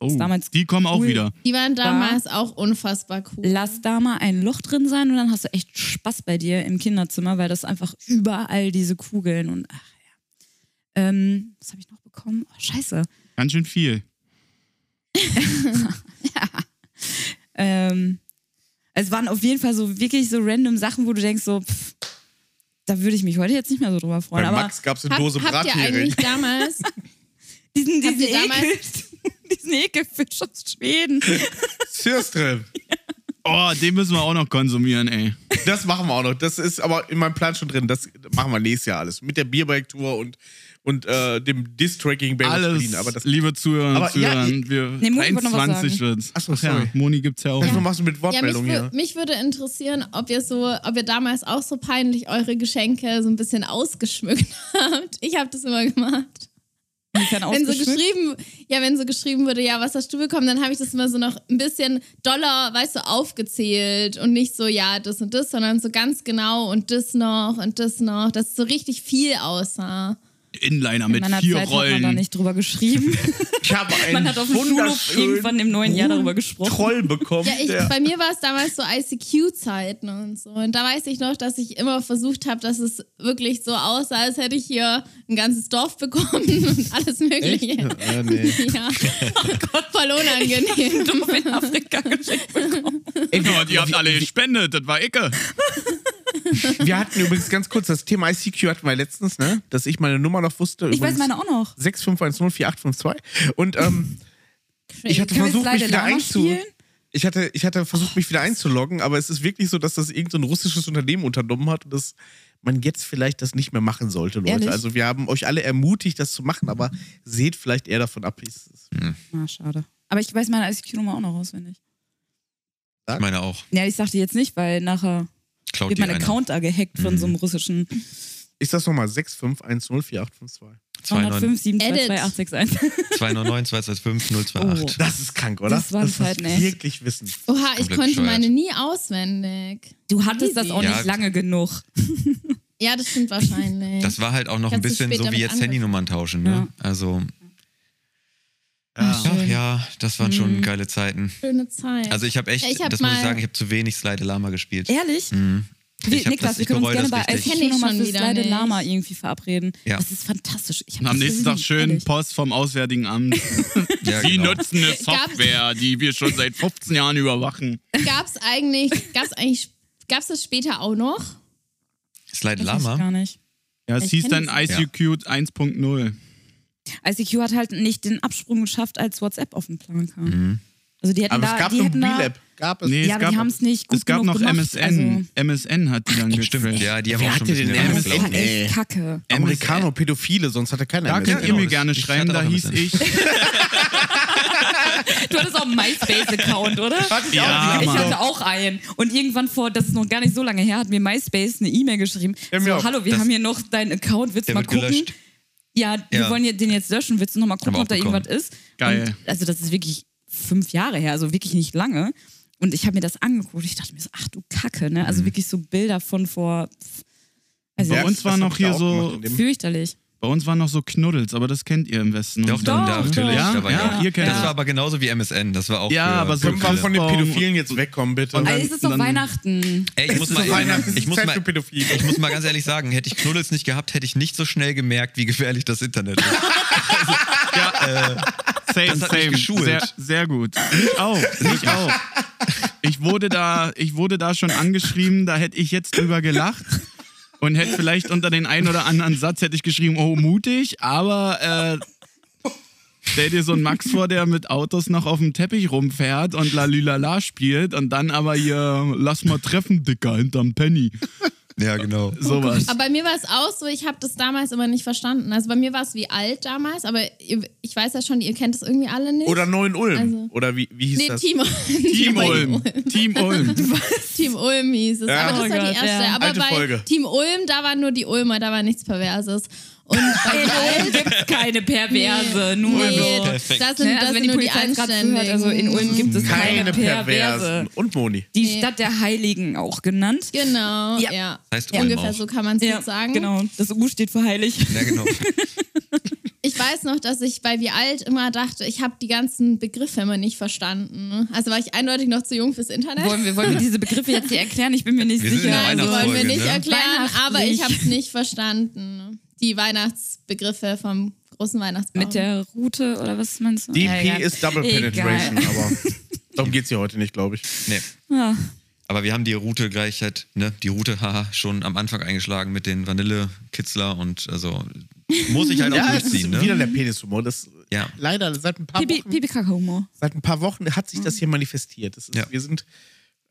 [SPEAKER 1] Oh,
[SPEAKER 4] damals
[SPEAKER 1] die kommen auch
[SPEAKER 4] cool.
[SPEAKER 1] wieder.
[SPEAKER 5] Die waren damals auch unfassbar cool.
[SPEAKER 4] lass da mal ein Loch drin sein und dann hast du echt Spaß bei dir im Kinderzimmer, weil das einfach überall diese Kugeln und ach ja. Ähm, was habe ich noch bekommen? Oh, scheiße.
[SPEAKER 1] Ganz schön viel.
[SPEAKER 4] Ähm, es waren auf jeden Fall so wirklich so random Sachen, wo du denkst, so, pff, da würde ich mich heute jetzt nicht mehr so drüber
[SPEAKER 3] Bei
[SPEAKER 4] freuen. Aber
[SPEAKER 3] Max gab es eine
[SPEAKER 5] Hab,
[SPEAKER 3] Dose
[SPEAKER 5] habt ihr
[SPEAKER 3] Brathering.
[SPEAKER 5] eigentlich damals,
[SPEAKER 4] diesen, diesen,
[SPEAKER 5] ihr
[SPEAKER 4] Ekel,
[SPEAKER 5] damals-
[SPEAKER 4] diesen Ekelfisch aus Schweden.
[SPEAKER 3] Sirstrip.
[SPEAKER 1] Oh, den müssen wir auch noch konsumieren, ey.
[SPEAKER 3] Das machen wir auch noch. Das ist aber in meinem Plan schon drin. Das machen wir nächstes Jahr alles. Mit der Bierbike-Tour und, und äh, dem Distracking Band
[SPEAKER 1] Alles,
[SPEAKER 3] Aber das
[SPEAKER 1] liebe Zuhörer und
[SPEAKER 3] Aber ja,
[SPEAKER 1] Zuhörer, wir
[SPEAKER 4] Nee, Moni wollte noch was
[SPEAKER 1] 21
[SPEAKER 4] sagen.
[SPEAKER 1] wird's.
[SPEAKER 3] Ach so,
[SPEAKER 1] Ja,
[SPEAKER 3] sorry.
[SPEAKER 1] Moni gibt's ja auch.
[SPEAKER 3] Was
[SPEAKER 1] noch.
[SPEAKER 3] machst du mit
[SPEAKER 5] ja, mich,
[SPEAKER 3] Wortmeldungen
[SPEAKER 5] wür- mich würde interessieren, ob ihr so, ob ihr damals auch so peinlich eure Geschenke so ein bisschen ausgeschmückt habt. Ich habe das immer gemacht.
[SPEAKER 4] Inwiefern
[SPEAKER 5] Wenn so
[SPEAKER 4] ausgeschmückt?
[SPEAKER 5] geschrieben, ja, wenn so geschrieben wurde, ja, was hast du bekommen, dann habe ich das immer so noch ein bisschen Dollar, weißt du, aufgezählt und nicht so, ja, das und das, sondern so ganz genau und das noch und das noch, dass es so richtig viel aussah.
[SPEAKER 1] Inliner
[SPEAKER 4] In
[SPEAKER 1] mit
[SPEAKER 4] meiner
[SPEAKER 1] vier
[SPEAKER 4] Zeit hat man da
[SPEAKER 1] Rollen.
[SPEAKER 4] nicht drüber geschrieben.
[SPEAKER 3] Ich habe einen
[SPEAKER 4] Man hat auf dem Schulhof
[SPEAKER 3] wunderschönen
[SPEAKER 4] irgendwann im neuen Jahr darüber gesprochen.
[SPEAKER 3] Troll bekommen.
[SPEAKER 5] Ja, ich,
[SPEAKER 3] der-
[SPEAKER 5] bei mir war es damals so ICQ-Zeiten und so. Und da weiß ich noch, dass ich immer versucht habe, dass es wirklich so aussah, als hätte ich hier ein ganzes Dorf bekommen und alles Mögliche.
[SPEAKER 3] Ah, nee.
[SPEAKER 5] Ja. Oh Gott, voll unangenehm.
[SPEAKER 4] Dumm in Afrika geschickt bekommen.
[SPEAKER 1] Gott, ihr habt alle gespendet, das war Icke.
[SPEAKER 3] Wir hatten übrigens ganz kurz das Thema ICQ hatten wir letztens, ne? Dass ich meine Nummer noch wusste.
[SPEAKER 4] Ich weiß meine auch noch.
[SPEAKER 3] 65104852. Und ähm, ich hatte
[SPEAKER 4] Können wir
[SPEAKER 3] versucht,
[SPEAKER 4] jetzt
[SPEAKER 3] mich
[SPEAKER 4] Slide
[SPEAKER 3] wieder
[SPEAKER 4] Alarm
[SPEAKER 3] einzu.
[SPEAKER 4] spielen?
[SPEAKER 3] Ich hatte, ich hatte versucht, mich wieder einzuloggen, aber es ist wirklich so, dass das irgendein russisches Unternehmen unternommen hat und dass man jetzt vielleicht das nicht mehr machen sollte, Leute.
[SPEAKER 4] Ehrlich?
[SPEAKER 3] Also wir haben euch alle ermutigt, das zu machen, aber seht vielleicht eher davon ab. Ich-
[SPEAKER 4] Ah, schade. Aber ich weiß meine ICQ-Nummer auch noch auswendig.
[SPEAKER 2] Ich meine auch.
[SPEAKER 4] Ja, ich sag die jetzt nicht, weil nachher
[SPEAKER 2] Klaut
[SPEAKER 4] wird
[SPEAKER 2] dir
[SPEAKER 4] mein
[SPEAKER 2] einer.
[SPEAKER 4] Account da gehackt von
[SPEAKER 3] Mhm.
[SPEAKER 4] so einem russischen
[SPEAKER 3] Ich sag's nochmal, 65104852.
[SPEAKER 2] 299
[SPEAKER 4] 205-722-861.
[SPEAKER 2] 299
[SPEAKER 5] Oh.
[SPEAKER 2] 225 028.
[SPEAKER 3] Das ist krank, oder?
[SPEAKER 4] Oh. Das waren
[SPEAKER 3] das
[SPEAKER 4] Zeiten,
[SPEAKER 3] ist
[SPEAKER 4] ey.
[SPEAKER 3] wirklich Wissen.
[SPEAKER 5] Oha, ich
[SPEAKER 2] Komplett
[SPEAKER 5] konnte
[SPEAKER 2] bescheuert.
[SPEAKER 5] meine nie auswendig.
[SPEAKER 4] Du hattest das auch
[SPEAKER 2] Ja,
[SPEAKER 4] nicht lange genug.
[SPEAKER 5] Ja, das stimmt wahrscheinlich.
[SPEAKER 2] Das war halt auch noch ein
[SPEAKER 5] Kannst
[SPEAKER 2] bisschen
[SPEAKER 5] du später
[SPEAKER 2] so wie
[SPEAKER 5] mit
[SPEAKER 2] jetzt
[SPEAKER 5] anfangen.
[SPEAKER 2] Handynummern tauschen, ne? Also.
[SPEAKER 1] Ah.
[SPEAKER 2] Ach ja, das waren schon geile Zeiten.
[SPEAKER 5] eine schöne Zeit.
[SPEAKER 2] Also ich habe echt,
[SPEAKER 5] Mhm. Ja, ich hab
[SPEAKER 2] das muss ich
[SPEAKER 5] mal-
[SPEAKER 2] sagen, ich habe zu wenig Slide Lama gespielt.
[SPEAKER 4] Ehrlich?
[SPEAKER 2] Mhm.
[SPEAKER 4] Wie,
[SPEAKER 2] Ich hab
[SPEAKER 4] Niklas,
[SPEAKER 2] das-
[SPEAKER 4] wir
[SPEAKER 2] ich
[SPEAKER 4] können uns
[SPEAKER 2] bereue
[SPEAKER 4] gerne bei
[SPEAKER 2] das richtig.
[SPEAKER 5] Kenn ich
[SPEAKER 4] ICQ nochmal
[SPEAKER 5] schon
[SPEAKER 4] für
[SPEAKER 5] wieder
[SPEAKER 4] Slide
[SPEAKER 5] nicht.
[SPEAKER 4] Lama irgendwie verabreden.
[SPEAKER 2] Ja.
[SPEAKER 4] Das ist fantastisch. Ich hab
[SPEAKER 1] Und am
[SPEAKER 4] das
[SPEAKER 1] nächsten
[SPEAKER 4] gesehen,
[SPEAKER 1] Tag schön
[SPEAKER 4] ehrlich.
[SPEAKER 1] Post vom Auswärtigen Amt.
[SPEAKER 2] Ja,
[SPEAKER 1] Sie
[SPEAKER 2] genau.
[SPEAKER 1] nutzen eine Software, die wir schon seit 15 Jahren überwachen.
[SPEAKER 5] gab es eigentlich, gab es eigentlich, gab es das später auch noch?
[SPEAKER 2] Slide
[SPEAKER 4] Das weiß ich
[SPEAKER 2] Lama?
[SPEAKER 4] gar nicht.
[SPEAKER 1] Ja, es
[SPEAKER 4] Ich
[SPEAKER 1] hieß
[SPEAKER 4] kenn
[SPEAKER 1] dann ICQ 1.0.
[SPEAKER 4] ICQ hat halt nicht den Absprung geschafft, als WhatsApp auf den Plan kam. Also die hätten
[SPEAKER 3] Aber
[SPEAKER 4] da,
[SPEAKER 3] es gab
[SPEAKER 4] die
[SPEAKER 3] noch
[SPEAKER 4] hätten da,
[SPEAKER 3] B-Lab. Gab es.
[SPEAKER 1] Nee,
[SPEAKER 4] Ja,
[SPEAKER 1] es
[SPEAKER 4] aber
[SPEAKER 1] gab,
[SPEAKER 4] die haben's nicht gut
[SPEAKER 1] Es gab
[SPEAKER 4] genug
[SPEAKER 1] noch
[SPEAKER 4] gemacht,
[SPEAKER 1] MSN.
[SPEAKER 4] also-
[SPEAKER 1] MSN hat die dann
[SPEAKER 2] Stimmt,
[SPEAKER 1] gecrashed.
[SPEAKER 2] ja, die haben
[SPEAKER 3] Wer
[SPEAKER 2] auch schon
[SPEAKER 3] hatte
[SPEAKER 2] ein bisschen
[SPEAKER 3] den
[SPEAKER 2] länger
[SPEAKER 3] Namen?
[SPEAKER 4] Das war
[SPEAKER 2] gelaufen.
[SPEAKER 3] Ey.
[SPEAKER 4] echt kacke.
[SPEAKER 3] Amerikaner, Pädophile, sonst hatte keiner
[SPEAKER 1] Da
[SPEAKER 3] MSN.
[SPEAKER 1] könnt ihr mir
[SPEAKER 2] das-
[SPEAKER 1] gerne
[SPEAKER 2] ich
[SPEAKER 1] schreiben,
[SPEAKER 2] hatte
[SPEAKER 1] da
[SPEAKER 2] auch
[SPEAKER 1] hieß
[SPEAKER 2] MSN.
[SPEAKER 1] ich.
[SPEAKER 4] Du hattest auch einen MySpace-Account, oder?
[SPEAKER 3] Hatte ich
[SPEAKER 1] Ja,
[SPEAKER 3] auch.
[SPEAKER 4] ich
[SPEAKER 1] Mann.
[SPEAKER 4] hatte auch einen. Und irgendwann vor, das ist noch gar nicht so lange her, hat mir MySpace eine E-Mail geschrieben.
[SPEAKER 3] Ja, mir
[SPEAKER 4] so,
[SPEAKER 3] auch.
[SPEAKER 4] hallo, wir
[SPEAKER 2] Das-
[SPEAKER 4] haben hier noch deinen Account, willst du
[SPEAKER 2] Der
[SPEAKER 4] mal
[SPEAKER 2] wird
[SPEAKER 4] gucken?
[SPEAKER 2] gelöscht.
[SPEAKER 4] Ja, wir
[SPEAKER 2] Ja.
[SPEAKER 4] wollen hier den jetzt löschen, willst du noch mal gucken,
[SPEAKER 2] Aber
[SPEAKER 4] ob da
[SPEAKER 2] auch bekommen.
[SPEAKER 4] irgendwas ist?
[SPEAKER 1] Geil.
[SPEAKER 4] Und, also das ist wirklich fünf Jahre her, also wirklich nicht lange. Und ich habe mir das angeguckt, ich dachte mir so, ach du Kacke, ne? Also wirklich so Bilder von vor, pff, also
[SPEAKER 1] Bei
[SPEAKER 3] Mhm. Ja,
[SPEAKER 1] uns
[SPEAKER 3] das
[SPEAKER 1] war
[SPEAKER 3] hab
[SPEAKER 1] noch
[SPEAKER 3] ich
[SPEAKER 1] hier
[SPEAKER 3] auch
[SPEAKER 1] so-
[SPEAKER 3] gemacht in dem-
[SPEAKER 4] fürchterlich.
[SPEAKER 1] Bei uns waren noch so Knuddels, aber das kennt ihr im Westen.
[SPEAKER 2] Doch,
[SPEAKER 1] und so,
[SPEAKER 2] doch,
[SPEAKER 1] ne?
[SPEAKER 4] Doch,
[SPEAKER 2] da, natürlich.
[SPEAKER 1] Ja,
[SPEAKER 2] da war ich
[SPEAKER 1] ja,
[SPEAKER 2] auch.
[SPEAKER 1] ihr kennt
[SPEAKER 2] das
[SPEAKER 1] das.
[SPEAKER 2] war aber genauso wie MSN. Das war auch.
[SPEAKER 1] Ja,
[SPEAKER 2] für
[SPEAKER 1] aber so-
[SPEAKER 3] Können wir von den
[SPEAKER 1] Aufbau-
[SPEAKER 3] Pädophilen jetzt wegkommen, bitte?
[SPEAKER 1] Und-
[SPEAKER 4] Also es ist doch
[SPEAKER 1] dann-
[SPEAKER 4] Weihnachten.
[SPEAKER 2] Ey, ich muss mal,
[SPEAKER 3] Weihnachten
[SPEAKER 2] ich
[SPEAKER 3] ist
[SPEAKER 2] muss
[SPEAKER 3] Zeit
[SPEAKER 2] mal,
[SPEAKER 3] für Pädophile.
[SPEAKER 2] ich muss mal ganz ehrlich sagen, hätte ich Knuddels nicht gehabt, hätte ich nicht so schnell gemerkt, wie gefährlich das Internet ist.
[SPEAKER 1] Same,
[SPEAKER 2] Das hat mich
[SPEAKER 1] same.
[SPEAKER 2] geschult.
[SPEAKER 1] Sehr, sehr gut. Ich auch. Ich auch. Ich wurde, da, ich wurde da schon angeschrieben, da hätte ich jetzt drüber gelacht und hätte vielleicht unter den einen oder anderen Satz hätte ich geschrieben, oh, mutig, aber äh, stell dir so einen Max vor, der mit Autos noch auf dem Teppich rumfährt und Lalilala spielt und dann aber hier, lass mal treffen, Dicker, hinterm Penny.
[SPEAKER 2] Ja, genau.
[SPEAKER 1] Sowas.
[SPEAKER 5] Aber bei mir war es auch so, ich habe das damals immer nicht verstanden. Also bei mir war es wie alt damals, aber ihr- ich weiß ja schon, ihr kennt es irgendwie alle nicht.
[SPEAKER 3] Oder Neuen Ulm.
[SPEAKER 5] Also-
[SPEAKER 3] Oder wie, wie hieß
[SPEAKER 5] nee,
[SPEAKER 3] das?
[SPEAKER 5] Team,
[SPEAKER 1] Team Ulm. Team oh, Ulm.
[SPEAKER 5] Team Ulm hieß es.
[SPEAKER 3] Ja.
[SPEAKER 5] Aber das
[SPEAKER 4] Oh
[SPEAKER 5] war
[SPEAKER 4] Gott,
[SPEAKER 5] die erste.
[SPEAKER 4] ja.
[SPEAKER 5] Aber
[SPEAKER 3] Alte
[SPEAKER 5] bei
[SPEAKER 3] Folge.
[SPEAKER 5] Team Ulm, da waren nur die Ulmer, da war nichts Perverses. Und bei
[SPEAKER 4] In Ulm
[SPEAKER 5] alt.
[SPEAKER 4] gibt's keine Perverse, nur
[SPEAKER 5] Nee,
[SPEAKER 4] so.
[SPEAKER 2] Perfekt.
[SPEAKER 5] das sind,
[SPEAKER 4] Ne,
[SPEAKER 5] das
[SPEAKER 4] also wenn
[SPEAKER 5] sind
[SPEAKER 4] die
[SPEAKER 5] nur die
[SPEAKER 4] Polizei es gerade zuhört,
[SPEAKER 5] Anständigen.
[SPEAKER 4] also in Ulm gibt es keine,
[SPEAKER 3] Keine Perversen.
[SPEAKER 4] Perverse.
[SPEAKER 3] Und Moni.
[SPEAKER 4] Die Stadt der Heiligen auch genannt.
[SPEAKER 5] Genau,
[SPEAKER 4] Ja.
[SPEAKER 5] ja.
[SPEAKER 2] Das heißt Ulm
[SPEAKER 5] Ungefähr
[SPEAKER 2] auch.
[SPEAKER 5] so kann man es
[SPEAKER 4] Ja,
[SPEAKER 5] jetzt sagen.
[SPEAKER 4] genau. Das U steht für heilig.
[SPEAKER 2] Ja, genau.
[SPEAKER 5] Ich weiß noch, dass ich bei Wie alt immer dachte, ich habe die ganzen Begriffe immer nicht verstanden. Also war ich eindeutig noch zu jung fürs Internet.
[SPEAKER 4] Wollen wir, wollen wir diese Begriffe jetzt hier erklären? Ich bin mir nicht
[SPEAKER 2] Wir sind in
[SPEAKER 4] sicher.
[SPEAKER 2] der
[SPEAKER 4] Also
[SPEAKER 5] Nein,
[SPEAKER 2] Weihnachtsfolge,
[SPEAKER 5] wollen wir nicht
[SPEAKER 2] ne?
[SPEAKER 5] erklären, aber ich
[SPEAKER 4] Weihnachtlich.
[SPEAKER 5] habe es nicht verstanden. ne? Die Weihnachtsbegriffe vom großen Weihnachtsbaum.
[SPEAKER 4] mit der Route oder was meinst du?
[SPEAKER 3] DP
[SPEAKER 4] Ja, egal.
[SPEAKER 3] ist Double
[SPEAKER 4] Egal.
[SPEAKER 3] Penetration, aber Darum geht es hier heute nicht, glaube ich.
[SPEAKER 2] Nee.
[SPEAKER 4] Ja.
[SPEAKER 2] Aber wir haben die Route gleich halt, ne, die Route, haha, schon am Anfang eingeschlagen mit den Vanille-Kitzler und also muss ich halt auch
[SPEAKER 3] Ja, es ist
[SPEAKER 2] durchziehen, ne?
[SPEAKER 3] wieder der Penishumor. Das
[SPEAKER 2] Ja.
[SPEAKER 3] leider seit ein paar
[SPEAKER 4] Pipi,
[SPEAKER 3] Wochen,
[SPEAKER 4] Pipi Humor.
[SPEAKER 3] seit ein paar Wochen hat sich das hier manifestiert. Das ist,
[SPEAKER 2] Ja.
[SPEAKER 3] Wir sind,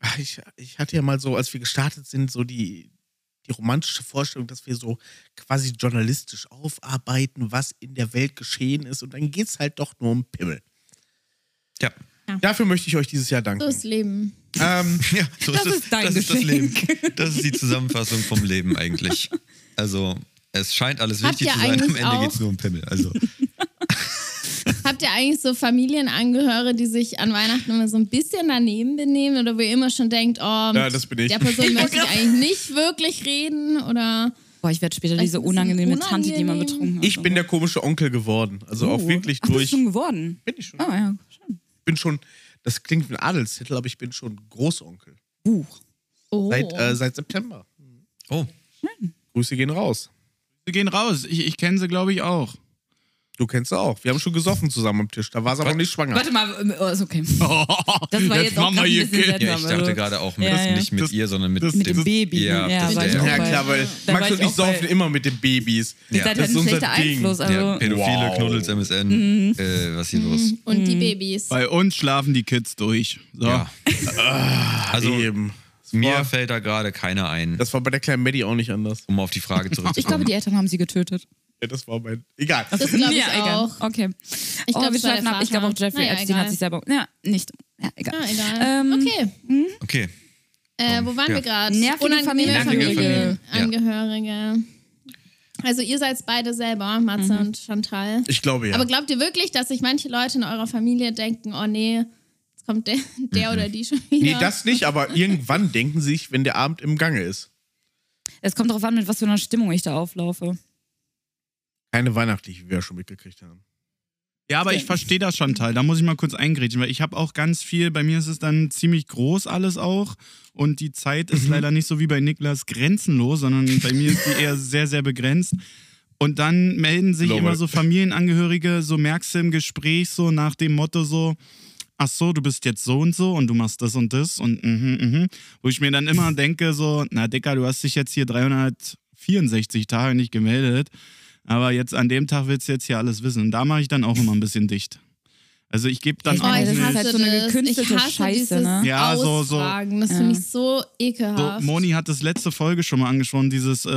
[SPEAKER 3] ach, ich, ich hatte ja mal so, als wir gestartet sind, so die, die romantische Vorstellung, dass wir so quasi journalistisch aufarbeiten, was in der Welt geschehen ist. Und dann geht es halt doch nur um Pimmel.
[SPEAKER 2] Ja.
[SPEAKER 3] Dafür möchte ich euch dieses Jahr danken.
[SPEAKER 5] So ist Leben.
[SPEAKER 3] ähm,
[SPEAKER 2] ja so
[SPEAKER 4] Das
[SPEAKER 2] es.
[SPEAKER 4] ist dein
[SPEAKER 2] das
[SPEAKER 4] Geschenk.
[SPEAKER 2] Ist das, Leben. das ist die Zusammenfassung vom Leben eigentlich. Also, es scheint alles
[SPEAKER 5] Habt
[SPEAKER 2] wichtig
[SPEAKER 5] ihr
[SPEAKER 2] zu sein, am
[SPEAKER 5] eigentlich
[SPEAKER 2] Ende
[SPEAKER 5] auch-
[SPEAKER 2] geht es nur um Pimmel. Also,
[SPEAKER 5] Habt ihr eigentlich so Familienangehörige, die sich an Weihnachten immer so ein bisschen daneben benehmen oder wo ihr immer schon denkt, oh, mit
[SPEAKER 3] Ja, das bin ich.
[SPEAKER 5] der Person möchte ich eigentlich nicht wirklich reden oder
[SPEAKER 4] Boah, ich werde später
[SPEAKER 5] Vielleicht
[SPEAKER 4] diese
[SPEAKER 5] ein bisschen
[SPEAKER 4] unangenehme Tante, die
[SPEAKER 5] unangenehm.
[SPEAKER 4] man betrunken hat.
[SPEAKER 3] ich bin der komische Onkel geworden. Also auch wirklich
[SPEAKER 4] Uh. Ach, bist
[SPEAKER 3] durch.
[SPEAKER 4] du schon geworden?
[SPEAKER 3] Bin ich schon.
[SPEAKER 4] Ah ja, schon.
[SPEAKER 3] bin schon, das klingt wie ein Adelstitel, aber ich bin schon Großonkel.
[SPEAKER 4] Buch.
[SPEAKER 5] oh.
[SPEAKER 3] Seit, äh, seit September.
[SPEAKER 2] oh,
[SPEAKER 3] Grüße gehen raus.
[SPEAKER 1] Wir gehen raus. Ich, ich kenne sie, glaube ich, auch.
[SPEAKER 3] Du kennst sie auch. Wir haben schon gesoffen zusammen am Tisch. Da war sie aber noch nicht schwanger.
[SPEAKER 4] Warte mal, ähm, oh, ist okay. Das war jetzt auch
[SPEAKER 1] Mama
[SPEAKER 4] grad ein
[SPEAKER 1] hier
[SPEAKER 4] bisschen
[SPEAKER 1] geht.
[SPEAKER 4] seltsam.
[SPEAKER 2] ja, ich
[SPEAKER 4] also.
[SPEAKER 2] dachte gerade auch mit,
[SPEAKER 4] Ja, ja.
[SPEAKER 2] nicht mit
[SPEAKER 1] Das-
[SPEAKER 2] ihr, sondern mit,
[SPEAKER 1] das-
[SPEAKER 4] Mit dem Baby. ne?
[SPEAKER 2] Ja,
[SPEAKER 4] Ja,
[SPEAKER 2] das
[SPEAKER 4] war ich
[SPEAKER 2] ist
[SPEAKER 4] auch
[SPEAKER 3] Ja,
[SPEAKER 2] der,
[SPEAKER 4] bei-
[SPEAKER 3] klar, weil
[SPEAKER 4] Da war
[SPEAKER 3] Max
[SPEAKER 4] ich
[SPEAKER 3] und ich
[SPEAKER 4] auch bei-
[SPEAKER 3] saufen immer mit den Babys.
[SPEAKER 4] Ihr
[SPEAKER 3] das
[SPEAKER 4] seid halt
[SPEAKER 3] ist
[SPEAKER 4] ein
[SPEAKER 3] unser
[SPEAKER 4] schlechter
[SPEAKER 3] Ding.
[SPEAKER 4] Einfluss. Also. Mhm.
[SPEAKER 2] der pädophile
[SPEAKER 3] Wow.
[SPEAKER 2] Knuddels MSN. Äh, was hier los?
[SPEAKER 5] und
[SPEAKER 4] Hm.
[SPEAKER 5] die Babys.
[SPEAKER 1] Bei uns schlafen die Kids durch. So.
[SPEAKER 2] Ja. also,
[SPEAKER 4] Ah,
[SPEAKER 3] Eben.
[SPEAKER 2] mir fällt da gerade keiner ein,
[SPEAKER 3] Das war bei der kleinen Maddie auch nicht anders.
[SPEAKER 2] um auf die Frage
[SPEAKER 4] Ich glaube,
[SPEAKER 2] zurückzukommen.
[SPEAKER 4] die Eltern haben sie getötet.
[SPEAKER 3] Ja, das war mein. Egal.
[SPEAKER 5] Das glaube ich
[SPEAKER 4] Ja, egal.
[SPEAKER 5] auch.
[SPEAKER 4] Okay. Oh,
[SPEAKER 5] Ich glaub,
[SPEAKER 4] wir
[SPEAKER 5] es war der
[SPEAKER 4] schweifen ab. Ich glaube auch
[SPEAKER 5] Vater.
[SPEAKER 4] Jeffrey
[SPEAKER 5] Naja,
[SPEAKER 4] Epstein hat
[SPEAKER 5] egal.
[SPEAKER 4] sich selber. Ja, nicht. Ja, egal.
[SPEAKER 5] Ah, egal.
[SPEAKER 4] Ähm,
[SPEAKER 5] okay.
[SPEAKER 2] okay.
[SPEAKER 5] Äh, wo waren
[SPEAKER 2] Ja.
[SPEAKER 5] wir gerade?
[SPEAKER 4] Nervige
[SPEAKER 2] Familie.
[SPEAKER 5] Familienangehörige.
[SPEAKER 2] Nervige
[SPEAKER 5] Angehörige. Also ihr seid beide selber, Matze
[SPEAKER 4] Mhm.
[SPEAKER 5] und Chantal.
[SPEAKER 3] Ich glaube ja.
[SPEAKER 5] Aber glaubt ihr wirklich, dass sich manche Leute in eurer Familie denken, oh nee, jetzt kommt der,
[SPEAKER 1] Mhm.
[SPEAKER 5] der oder die schon wieder?
[SPEAKER 3] Nee, das nicht, aber irgendwann denken sie sich, wenn der Abend im Gange ist.
[SPEAKER 4] Es kommt darauf an, mit was für einer Stimmung ich da auflaufe.
[SPEAKER 3] Keine weihnachtliche, wie wir ja schon mitgekriegt haben.
[SPEAKER 1] Ja, aber ich verstehe das schon teil. Da muss ich mal kurz eingrätschen, weil ich habe auch ganz viel, bei mir ist es dann ziemlich groß alles auch. Und die Zeit ist leider nicht so wie bei Niklas grenzenlos, sondern bei mir ist die eher sehr, sehr begrenzt. Und dann melden sich
[SPEAKER 3] Glaube.
[SPEAKER 1] immer so Familienangehörige, so merkst du im Gespräch so nach dem Motto so, ach so, du bist jetzt so und so und du machst das und das und mhm, mhm. Wo ich mir dann immer denke so, na Dicker, du hast dich jetzt hier 364 Tage nicht gemeldet. Aber jetzt an dem Tag willst du jetzt hier alles wissen. Und da mache ich dann auch immer ein bisschen dicht. Also ich gebe dann
[SPEAKER 4] Ich
[SPEAKER 5] Oh,
[SPEAKER 1] auch
[SPEAKER 4] meine,
[SPEAKER 5] ich
[SPEAKER 4] das ist
[SPEAKER 1] nicht.
[SPEAKER 5] hasse
[SPEAKER 4] halt so eine
[SPEAKER 5] das.
[SPEAKER 4] gekünstelte
[SPEAKER 5] ich hasse
[SPEAKER 4] Scheiße,
[SPEAKER 5] dieses
[SPEAKER 4] ne?
[SPEAKER 1] Ja, so- so-
[SPEAKER 5] Ausfragen. Das finde ich so
[SPEAKER 1] so,
[SPEAKER 5] ekelhaft.
[SPEAKER 1] Moni hat das letzte Folge schon mal angesprochen, dieses, äh,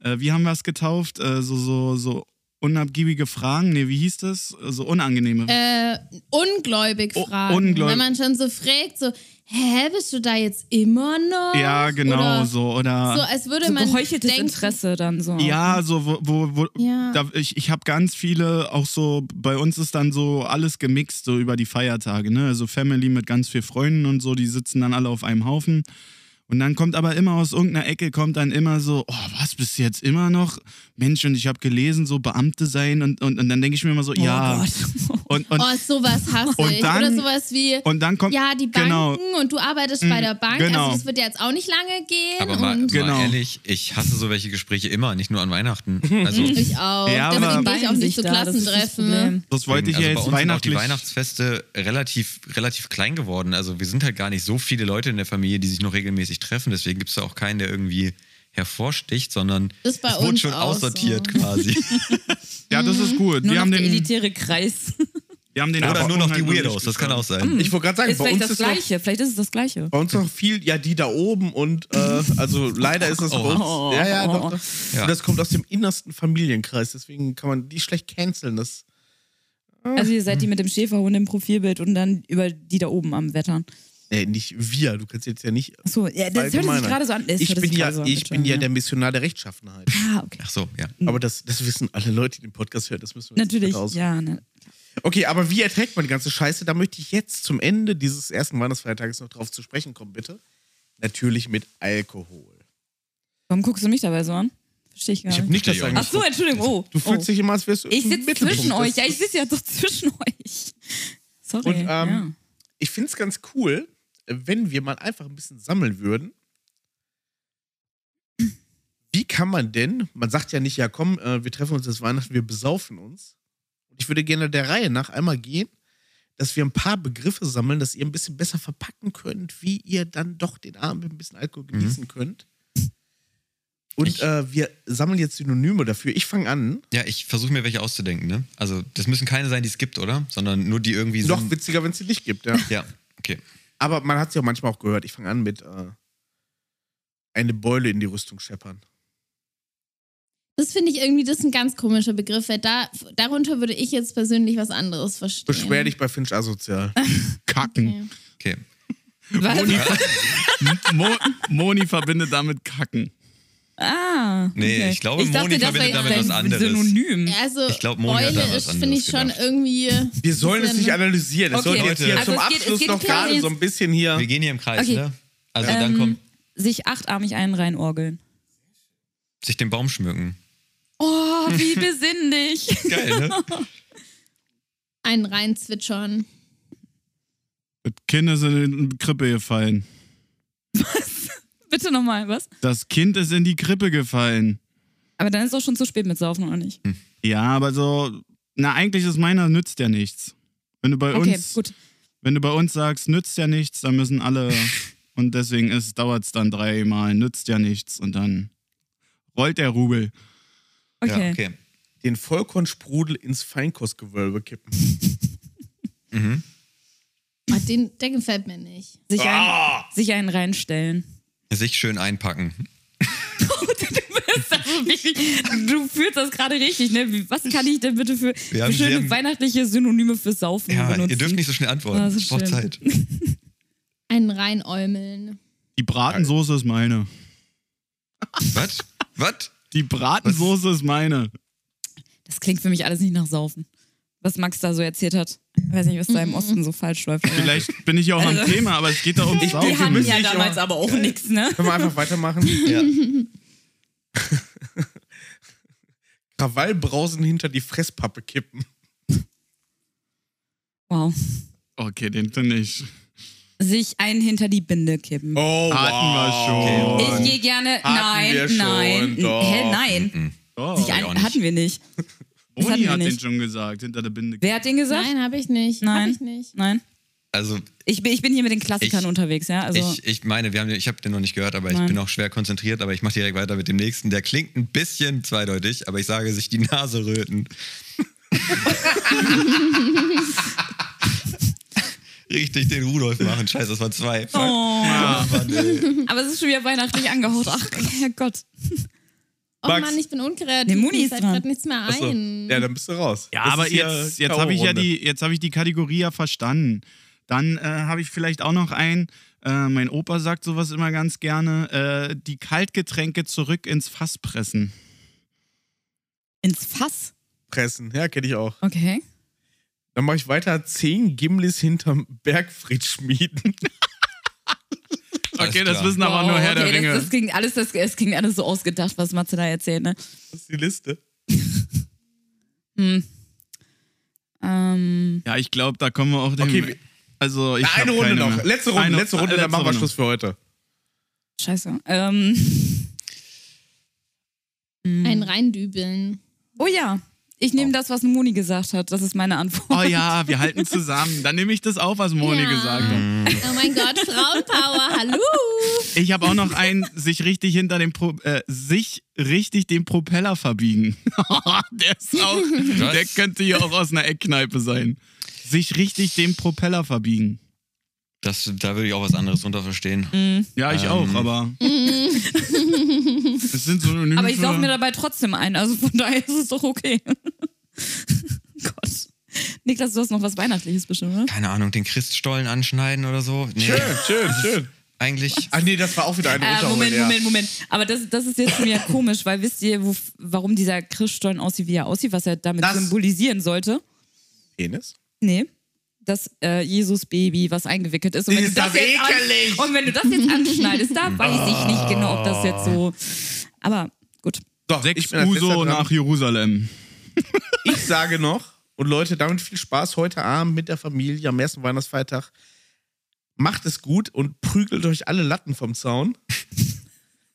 [SPEAKER 1] äh, wie haben wir es getauft? Äh, so, so, so unabgiebige Fragen. Nee, wie hieß das? Äh, So unangenehme.
[SPEAKER 5] äh, ungläubig
[SPEAKER 1] Oh,
[SPEAKER 5] fragen.
[SPEAKER 1] ungläubig.
[SPEAKER 5] Wenn man schon so fragt, so, hä, bist du da jetzt immer noch?
[SPEAKER 1] ja, genau
[SPEAKER 5] Oder so.
[SPEAKER 1] so. Oder
[SPEAKER 5] als würde
[SPEAKER 4] So
[SPEAKER 5] man
[SPEAKER 4] geheucheltes
[SPEAKER 5] denken,
[SPEAKER 4] Interesse dann so.
[SPEAKER 1] Ja, so wo, wo, wo
[SPEAKER 5] Ja.
[SPEAKER 1] Da, ich, ich habe ganz viele, auch so, bei uns ist dann so alles gemixt, so über die Feiertage, ne? Also Family mit ganz vielen Freunden und so, die sitzen dann alle auf einem Haufen. Und dann kommt aber immer aus irgendeiner Ecke, kommt dann immer so, oh, was, bist du jetzt immer noch? Mensch, und ich habe gelesen, so Beamte sein und, und, und dann denke ich mir immer so,
[SPEAKER 4] Oh
[SPEAKER 1] ja.
[SPEAKER 4] Gott.
[SPEAKER 1] Und, und,
[SPEAKER 5] Oh, sowas hasse
[SPEAKER 1] Und
[SPEAKER 5] ich.
[SPEAKER 1] dann-
[SPEAKER 5] Oder sowas wie,
[SPEAKER 1] und dann kommt,
[SPEAKER 5] ja, die Banken
[SPEAKER 1] genau,
[SPEAKER 5] und du arbeitest bei der Bank,
[SPEAKER 1] genau.
[SPEAKER 5] also das wird ja jetzt auch nicht lange gehen.
[SPEAKER 2] Aber mal,
[SPEAKER 5] und
[SPEAKER 1] Genau.
[SPEAKER 2] mal ehrlich, ich hasse so welche Gespräche immer, nicht nur an Weihnachten. Also,
[SPEAKER 5] ich auch.
[SPEAKER 1] Ja, aber-
[SPEAKER 5] Deswegen gehe ich auch
[SPEAKER 4] Beiden
[SPEAKER 5] nicht
[SPEAKER 4] sich
[SPEAKER 5] zu
[SPEAKER 4] da, das ist das
[SPEAKER 5] Klassentreffen.
[SPEAKER 4] Problem.
[SPEAKER 1] das wollte ich
[SPEAKER 2] also
[SPEAKER 1] ja
[SPEAKER 2] bei
[SPEAKER 1] jetzt
[SPEAKER 2] uns sind auch die
[SPEAKER 1] weihnachtlich.
[SPEAKER 2] Weihnachtsfeste relativ, relativ klein geworden. Also wir sind halt gar nicht so viele Leute in der Familie, die sich noch regelmäßig treffen. Deswegen gibt es da auch keinen, der irgendwie hervorsticht, sondern
[SPEAKER 5] Das ist bei
[SPEAKER 2] es wurde
[SPEAKER 5] uns
[SPEAKER 2] schon
[SPEAKER 5] auch
[SPEAKER 2] aussortiert
[SPEAKER 5] so.
[SPEAKER 2] quasi.
[SPEAKER 1] ja, das
[SPEAKER 5] Mhm.
[SPEAKER 1] ist gut.
[SPEAKER 4] Nur
[SPEAKER 1] Wir
[SPEAKER 4] noch
[SPEAKER 1] haben
[SPEAKER 4] der
[SPEAKER 1] den,
[SPEAKER 4] elitäre Kreis.
[SPEAKER 1] wir haben den
[SPEAKER 2] Oder
[SPEAKER 1] aber
[SPEAKER 2] nur noch die
[SPEAKER 1] unheimlich
[SPEAKER 2] Weirdos, das kann
[SPEAKER 1] gestartet.
[SPEAKER 2] auch sein.
[SPEAKER 3] Ich wollte gerade sagen,
[SPEAKER 4] Ist
[SPEAKER 3] bei
[SPEAKER 4] vielleicht
[SPEAKER 3] uns
[SPEAKER 4] das
[SPEAKER 3] ist noch,
[SPEAKER 4] Gleiche. Vielleicht ist es das Gleiche.
[SPEAKER 3] bei uns noch viel, ja, die da oben und äh, also leider ist das bei uns.
[SPEAKER 4] Oh.
[SPEAKER 3] ja, ja, doch. doch.
[SPEAKER 2] Ja.
[SPEAKER 3] Und das kommt aus dem innersten Familienkreis, deswegen kann man die schlecht canceln. Das,
[SPEAKER 4] Also ihr seid die mit dem Schäferhund im Profilbild und dann über die da oben am Wettern.
[SPEAKER 3] nee, nicht wir, du kannst jetzt ja nicht.
[SPEAKER 4] Achso, ja, das hört sich
[SPEAKER 3] allgemeiner.
[SPEAKER 4] gerade so an. Das
[SPEAKER 3] Ich
[SPEAKER 4] hört sich
[SPEAKER 3] bin ja,
[SPEAKER 4] gerade so an,
[SPEAKER 3] ich bin ja der
[SPEAKER 4] Entschuldigung,
[SPEAKER 3] Missionar der Rechtschaffenheit.
[SPEAKER 4] ja. Ah, okay.
[SPEAKER 2] Ach so, ja.
[SPEAKER 3] Aber das, das wissen alle Leute, die den Podcast hören, das müssen wir jetzt
[SPEAKER 4] Natürlich,
[SPEAKER 3] nicht aus.
[SPEAKER 4] ja. Ne.
[SPEAKER 3] Okay, aber wie erträgt man die ganze Scheiße? Da möchte ich jetzt zum Ende dieses ersten Weihnachtsfeiertages noch drauf zu sprechen kommen, bitte. Natürlich mit Alkohol.
[SPEAKER 4] Warum guckst du mich dabei so an? Verstehe ich gar
[SPEAKER 3] Ich habe nicht
[SPEAKER 4] nicht.
[SPEAKER 3] das
[SPEAKER 2] Verstehe
[SPEAKER 3] sagen.
[SPEAKER 2] ich
[SPEAKER 4] Ach so, Entschuldigung. Oh,
[SPEAKER 3] Du fühlst
[SPEAKER 4] oh.
[SPEAKER 3] dich immer, als wärst du
[SPEAKER 4] Ich
[SPEAKER 3] im
[SPEAKER 4] sitze
[SPEAKER 3] Mittelpunkt
[SPEAKER 4] zwischen
[SPEAKER 3] des-
[SPEAKER 4] euch. Ja, ich sitze ja doch zwischen euch. Sorry.
[SPEAKER 3] Und ähm,
[SPEAKER 4] ja.
[SPEAKER 3] ich finde es ganz cool, wenn wir mal einfach ein bisschen sammeln würden. Wie kann man denn, man sagt ja nicht, ja komm, äh, wir treffen uns jetzt Weihnachten, wir besaufen uns. Und ich würde gerne der Reihe nach einmal gehen, dass wir ein paar Begriffe sammeln, dass ihr ein bisschen besser verpacken könnt, wie ihr dann doch den Abend mit ein bisschen Alkohol genießen könnt.
[SPEAKER 2] Mhm.
[SPEAKER 3] Und
[SPEAKER 2] Ich-
[SPEAKER 3] äh, wir sammeln jetzt Synonyme dafür. Ich fange an.
[SPEAKER 2] Ja, ich versuche mir welche auszudenken, ne? Also, das müssen keine sein, die es gibt, oder? Sondern nur die irgendwie
[SPEAKER 3] Noch
[SPEAKER 2] sind.
[SPEAKER 3] witziger, wenn es sie nicht gibt, ja.
[SPEAKER 2] Ja, okay.
[SPEAKER 3] Aber man hat es ja manchmal auch gehört. Ich fange an mit äh, eine Beule in die Rüstung scheppern.
[SPEAKER 5] Das finde ich irgendwie, das sind ganz komische Begriffe. Da, darunter würde ich jetzt persönlich was anderes verstehen.
[SPEAKER 3] Beschwer dich bei Finch asozial.
[SPEAKER 1] Kacken.
[SPEAKER 5] Okay.
[SPEAKER 2] Okay.
[SPEAKER 1] Moni,
[SPEAKER 4] Was?
[SPEAKER 1] Mo, Moni verbindet damit Kacken.
[SPEAKER 4] Ah.
[SPEAKER 2] Nee,
[SPEAKER 4] okay.
[SPEAKER 2] ich glaube, Moni
[SPEAKER 4] das
[SPEAKER 2] verbindet
[SPEAKER 4] war
[SPEAKER 2] damit
[SPEAKER 4] jetzt
[SPEAKER 2] was
[SPEAKER 4] ein
[SPEAKER 2] anderes.
[SPEAKER 4] Synonym.
[SPEAKER 5] Also,
[SPEAKER 2] Ich glaub, Moni hat da
[SPEAKER 5] Beule
[SPEAKER 2] was
[SPEAKER 5] ist, finde
[SPEAKER 2] anderes
[SPEAKER 5] ich, schon
[SPEAKER 2] gedacht.
[SPEAKER 5] irgendwie.
[SPEAKER 3] Wir sollen es nicht analysieren. Es
[SPEAKER 4] ne? Okay.
[SPEAKER 3] sollte jetzt hier
[SPEAKER 4] Leute.
[SPEAKER 3] zum
[SPEAKER 4] Also es geht- es
[SPEAKER 3] Abschluss
[SPEAKER 4] geht
[SPEAKER 3] noch
[SPEAKER 4] quasi
[SPEAKER 3] gerade so ein bisschen hier.
[SPEAKER 2] Wir gehen hier im Kreis,
[SPEAKER 4] Okay. Ähm.
[SPEAKER 2] ne? Also, dann kommt
[SPEAKER 4] Sich achtarmig einen reinorgeln.
[SPEAKER 2] sich den Baum schmücken.
[SPEAKER 4] Oh, wie besinnlich.
[SPEAKER 2] Geil, ne?
[SPEAKER 5] Einen reinzwitschern.
[SPEAKER 1] Das Kind ist in die Krippe gefallen.
[SPEAKER 4] Bitte nochmal, was?
[SPEAKER 1] Das Kind ist in die Krippe gefallen.
[SPEAKER 4] Aber dann ist auch schon zu spät mit Saufen, oder nicht?
[SPEAKER 1] Ja, aber so, na, eigentlich ist meiner nützt ja nichts. Wenn du bei
[SPEAKER 4] Okay,
[SPEAKER 1] uns,
[SPEAKER 4] gut.
[SPEAKER 1] wenn du bei uns sagst, nützt ja nichts, dann müssen alle und deswegen ist dauert es dann dreimal, nützt ja nichts und dann rollt der Rubel.
[SPEAKER 4] Okay.
[SPEAKER 2] Ja, okay.
[SPEAKER 3] Den Vollkornsprudel ins Feinkostgewölbe kippen.
[SPEAKER 2] Mhm.
[SPEAKER 5] Oh, den, der gefällt mir nicht.
[SPEAKER 4] Sich, einen, sich einen reinstellen.
[SPEAKER 2] Sich schön einpacken.
[SPEAKER 4] Wirklich, du fühlst das gerade richtig, ne? Wie- Was kann ich denn bitte für,
[SPEAKER 2] Wir haben-
[SPEAKER 4] für
[SPEAKER 2] wir
[SPEAKER 4] schöne
[SPEAKER 2] haben-
[SPEAKER 4] weihnachtliche Synonyme für Saufen
[SPEAKER 2] Ja,
[SPEAKER 4] benutzen?
[SPEAKER 2] ihr dürft nicht so schnell
[SPEAKER 4] Ah,
[SPEAKER 2] antworten.
[SPEAKER 4] das
[SPEAKER 2] Ich
[SPEAKER 4] ist
[SPEAKER 2] brauche
[SPEAKER 4] schön.
[SPEAKER 2] Zeit.
[SPEAKER 5] Einen reinäumeln.
[SPEAKER 1] Die Bratensoße ist meine.
[SPEAKER 2] Was? Was?
[SPEAKER 1] Die Bratensoße ist meine.
[SPEAKER 4] Das klingt für mich alles nicht nach Saufen. Was Max da so erzählt hat. Ich weiß nicht, was da im Osten so falsch läuft. aber-
[SPEAKER 1] Vielleicht bin ich ja auch am
[SPEAKER 4] Also-
[SPEAKER 1] Thema, aber es geht da um
[SPEAKER 3] Ich-
[SPEAKER 4] Die
[SPEAKER 3] wir
[SPEAKER 1] Saufen.
[SPEAKER 4] hatten
[SPEAKER 3] müssen
[SPEAKER 4] ja
[SPEAKER 3] nicht
[SPEAKER 4] damals
[SPEAKER 3] immer-
[SPEAKER 4] aber auch nichts, ne?
[SPEAKER 3] Können wir einfach weitermachen?
[SPEAKER 2] Ja.
[SPEAKER 3] Krawallbrausen hinter die Fresspappe kippen.
[SPEAKER 4] Wow.
[SPEAKER 1] Okay, den finde ich.
[SPEAKER 4] Sich einen hinter die Binde kippen.
[SPEAKER 3] Oh,
[SPEAKER 1] wow.
[SPEAKER 3] wir schon.
[SPEAKER 4] Ich gehe gerne.
[SPEAKER 3] Hatten
[SPEAKER 4] nein,
[SPEAKER 3] wir schon,
[SPEAKER 4] nein.
[SPEAKER 3] doch.
[SPEAKER 4] Hä, nein.
[SPEAKER 1] Oh,
[SPEAKER 4] Sich
[SPEAKER 2] auch
[SPEAKER 4] ein,
[SPEAKER 2] nicht.
[SPEAKER 4] hatten wir nicht. das hatten
[SPEAKER 1] Moni
[SPEAKER 4] wir
[SPEAKER 1] hat den
[SPEAKER 4] nicht.
[SPEAKER 1] schon gesagt, hinter der Binde.
[SPEAKER 4] Wer hat den gesagt?
[SPEAKER 5] Nein, habe ich nicht.
[SPEAKER 4] Nein.
[SPEAKER 5] Habe ich nicht.
[SPEAKER 4] Nein.
[SPEAKER 2] Also,
[SPEAKER 4] Ich bin, ich bin hier mit den Klassikern
[SPEAKER 2] Ich-
[SPEAKER 4] unterwegs, ja? Also,
[SPEAKER 2] ich, ich meine, wir haben, den- ich habe den noch nicht gehört, aber
[SPEAKER 4] Nein.
[SPEAKER 2] ich bin auch schwer konzentriert, aber ich mache direkt weiter mit dem nächsten. Der klingt ein bisschen zweideutig, aber ich sage sich die Nase röten. Richtig den Rudolf machen. Scheiße, das waren zwei. Fuck.
[SPEAKER 4] Oh.
[SPEAKER 2] Ah, Mann, ey.
[SPEAKER 4] aber es ist schon wieder weihnachtlich angehaucht. Ach, Herrgott.
[SPEAKER 5] Oh
[SPEAKER 2] Max.
[SPEAKER 5] Mann, ich bin unkreativ.
[SPEAKER 4] Nee, Moni
[SPEAKER 5] Mir
[SPEAKER 4] ist
[SPEAKER 5] fällt
[SPEAKER 4] dran.
[SPEAKER 5] grad nichts mehr
[SPEAKER 3] Achso.
[SPEAKER 5] ein.
[SPEAKER 3] Ja, dann bist du raus.
[SPEAKER 1] Ja,
[SPEAKER 3] Das
[SPEAKER 1] aber
[SPEAKER 3] ist hier
[SPEAKER 1] jetzt, jetzt habe ich ja
[SPEAKER 3] K.O.-Runde.
[SPEAKER 1] die, jetzt habe ich die Kategorie ja verstanden. Dann äh, habe ich vielleicht auch noch ein. Äh, mein Opa sagt sowas immer ganz gerne. Äh, die Kaltgetränke zurück ins Fass pressen.
[SPEAKER 4] Ins Fass?
[SPEAKER 3] Pressen. Ja, kenne ich auch.
[SPEAKER 4] Okay.
[SPEAKER 3] Dann mache ich weiter. Zehn Gimlis hinterm Bergfried schmieden.
[SPEAKER 2] Alles
[SPEAKER 1] okay, das
[SPEAKER 2] klar.
[SPEAKER 1] wissen aber nur Herr
[SPEAKER 4] Oh, okay,
[SPEAKER 1] der Ringe.
[SPEAKER 4] Das, das, ging alles, das, es ging alles so ausgedacht, was Matze da erzählt, ne?
[SPEAKER 3] Das ist die Liste.
[SPEAKER 4] Hm. Ähm,
[SPEAKER 1] ja, ich glaube, da kommen wir auch dem.
[SPEAKER 3] Okay, wir-
[SPEAKER 1] also ich
[SPEAKER 3] Na, eine
[SPEAKER 1] hab
[SPEAKER 3] Runde
[SPEAKER 1] keine
[SPEAKER 3] noch.
[SPEAKER 1] mehr.
[SPEAKER 3] Letzte Runde,
[SPEAKER 1] Eine-
[SPEAKER 3] letzte Runde, dann machen wir
[SPEAKER 1] Runde.
[SPEAKER 3] Schluss für heute.
[SPEAKER 4] scheiße. Ähm,
[SPEAKER 5] Einen reindübeln.
[SPEAKER 4] oh ja, ich nehme das, was Moni gesagt hat. Das ist meine Antwort.
[SPEAKER 1] Oh ja, wir halten zusammen. Dann nehme ich das auf, was Moni
[SPEAKER 5] Ja.
[SPEAKER 1] gesagt hat.
[SPEAKER 5] Oh mein Gott, Frauenpower, hallo.
[SPEAKER 1] Ich habe auch noch einen, sich richtig hinter dem Pro äh, sich richtig den Propeller verbiegen. der ist auch, der könnte hier auch aus einer Eckkneipe sein. Sich richtig den Propeller verbiegen.
[SPEAKER 2] Das, da würde ich auch was anderes unter verstehen.
[SPEAKER 1] Ja, ich
[SPEAKER 2] Ähm.
[SPEAKER 1] auch, aber. Es sind Synonyme.
[SPEAKER 4] Aber ich sauf
[SPEAKER 1] für-
[SPEAKER 3] Mhm.
[SPEAKER 4] mir dabei trotzdem ein, also von daher ist es doch okay. Gott. Niklas, du hast noch was Weihnachtliches bestimmt, oder?
[SPEAKER 2] Keine Ahnung, den Christstollen anschneiden oder so. Nee,
[SPEAKER 3] Schön, schön, schön.
[SPEAKER 2] eigentlich.
[SPEAKER 3] Ach nee, das war auch wieder eine
[SPEAKER 4] Äh,
[SPEAKER 3] Unterhose,
[SPEAKER 4] Moment,
[SPEAKER 3] ja.
[SPEAKER 4] Moment, Moment. Aber das, das ist jetzt schon wieder komisch, weil wisst ihr, wo, warum dieser Christstollen aussieht, wie er aussieht, was er damit
[SPEAKER 3] Das-
[SPEAKER 4] symbolisieren sollte?
[SPEAKER 3] Penis?
[SPEAKER 4] Nee. Das äh, Jesus-Baby, was eingewickelt ist. Und
[SPEAKER 3] Ist das
[SPEAKER 4] jetzt an-
[SPEAKER 3] ekelig?
[SPEAKER 4] und wenn du das jetzt anschneidest, da weiß ich nicht genau, ob das jetzt so. Aber gut.
[SPEAKER 3] So, ich
[SPEAKER 1] Sechs
[SPEAKER 3] bin als
[SPEAKER 1] Uso
[SPEAKER 3] letzter dran.
[SPEAKER 1] nach Jerusalem.
[SPEAKER 3] Ich sage noch, und Leute, damit viel Spaß heute Abend mit der Familie am ersten Weihnachtsfeiertag. Macht es gut und prügelt euch alle Latten vom Zaun.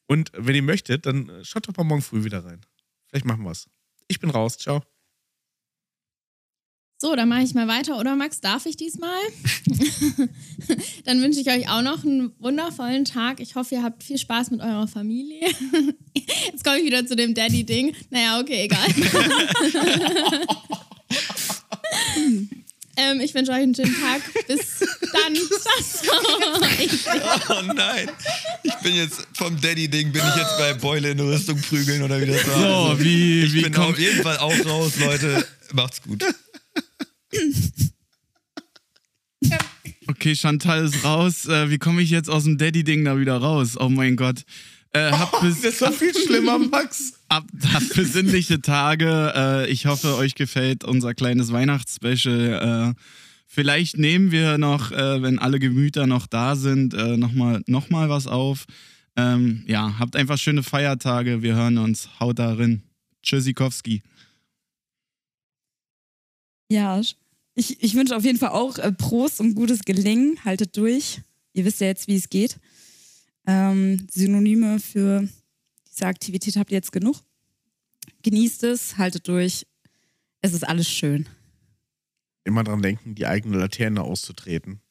[SPEAKER 3] Und wenn ihr möchtet, dann äh, schaut doch mal morgen früh wieder rein. Vielleicht machen wir's. Ich bin raus. Ciao.
[SPEAKER 5] So, dann mache ich mal weiter, oder Max? Darf ich diesmal? dann wünsche ich euch auch noch einen wundervollen Tag. Ich hoffe, ihr habt viel Spaß mit eurer Familie. Jetzt komme ich wieder zu dem Daddy-Ding. Naja, okay, egal. ähm, ich wünsche euch einen schönen Tag. Bis dann. Das war
[SPEAKER 2] Oh nein. Ich bin jetzt vom Daddy-Ding, bin ich jetzt bei Beule in Rüstung prügeln oder wieder so.
[SPEAKER 1] So, Oh, wie,
[SPEAKER 2] ich
[SPEAKER 1] wie
[SPEAKER 2] bin
[SPEAKER 1] kommt
[SPEAKER 2] auf jeden Fall auch raus, Leute. Macht's gut.
[SPEAKER 1] Okay, Chantal ist raus. Äh, wie komme ich jetzt aus dem Daddy-Ding da wieder raus? Oh mein Gott. Äh, habt bis,
[SPEAKER 3] Oh, Das war viel schlimmer, Max.
[SPEAKER 1] ab, habt besinnliche Tage. Äh, ich hoffe, euch gefällt unser kleines Weihnachtsspecial. Äh, vielleicht nehmen wir noch, äh, wenn alle Gemüter noch da sind, äh, nochmal noch mal was auf. Ähm, ja, habt einfach schöne Feiertage. Wir hören uns. Haut darin. Tschüssikowski.
[SPEAKER 4] Ja, ich, ich wünsche auf jeden Fall auch äh, Prost und gutes Gelingen. Haltet durch. Ihr wisst ja jetzt, wie es geht. Ähm, Synonyme für diese Aktivität habt ihr jetzt genug. Genießt es, haltet durch. Es ist alles schön.
[SPEAKER 3] Immer dran denken, die eigene Laterne auszutreten.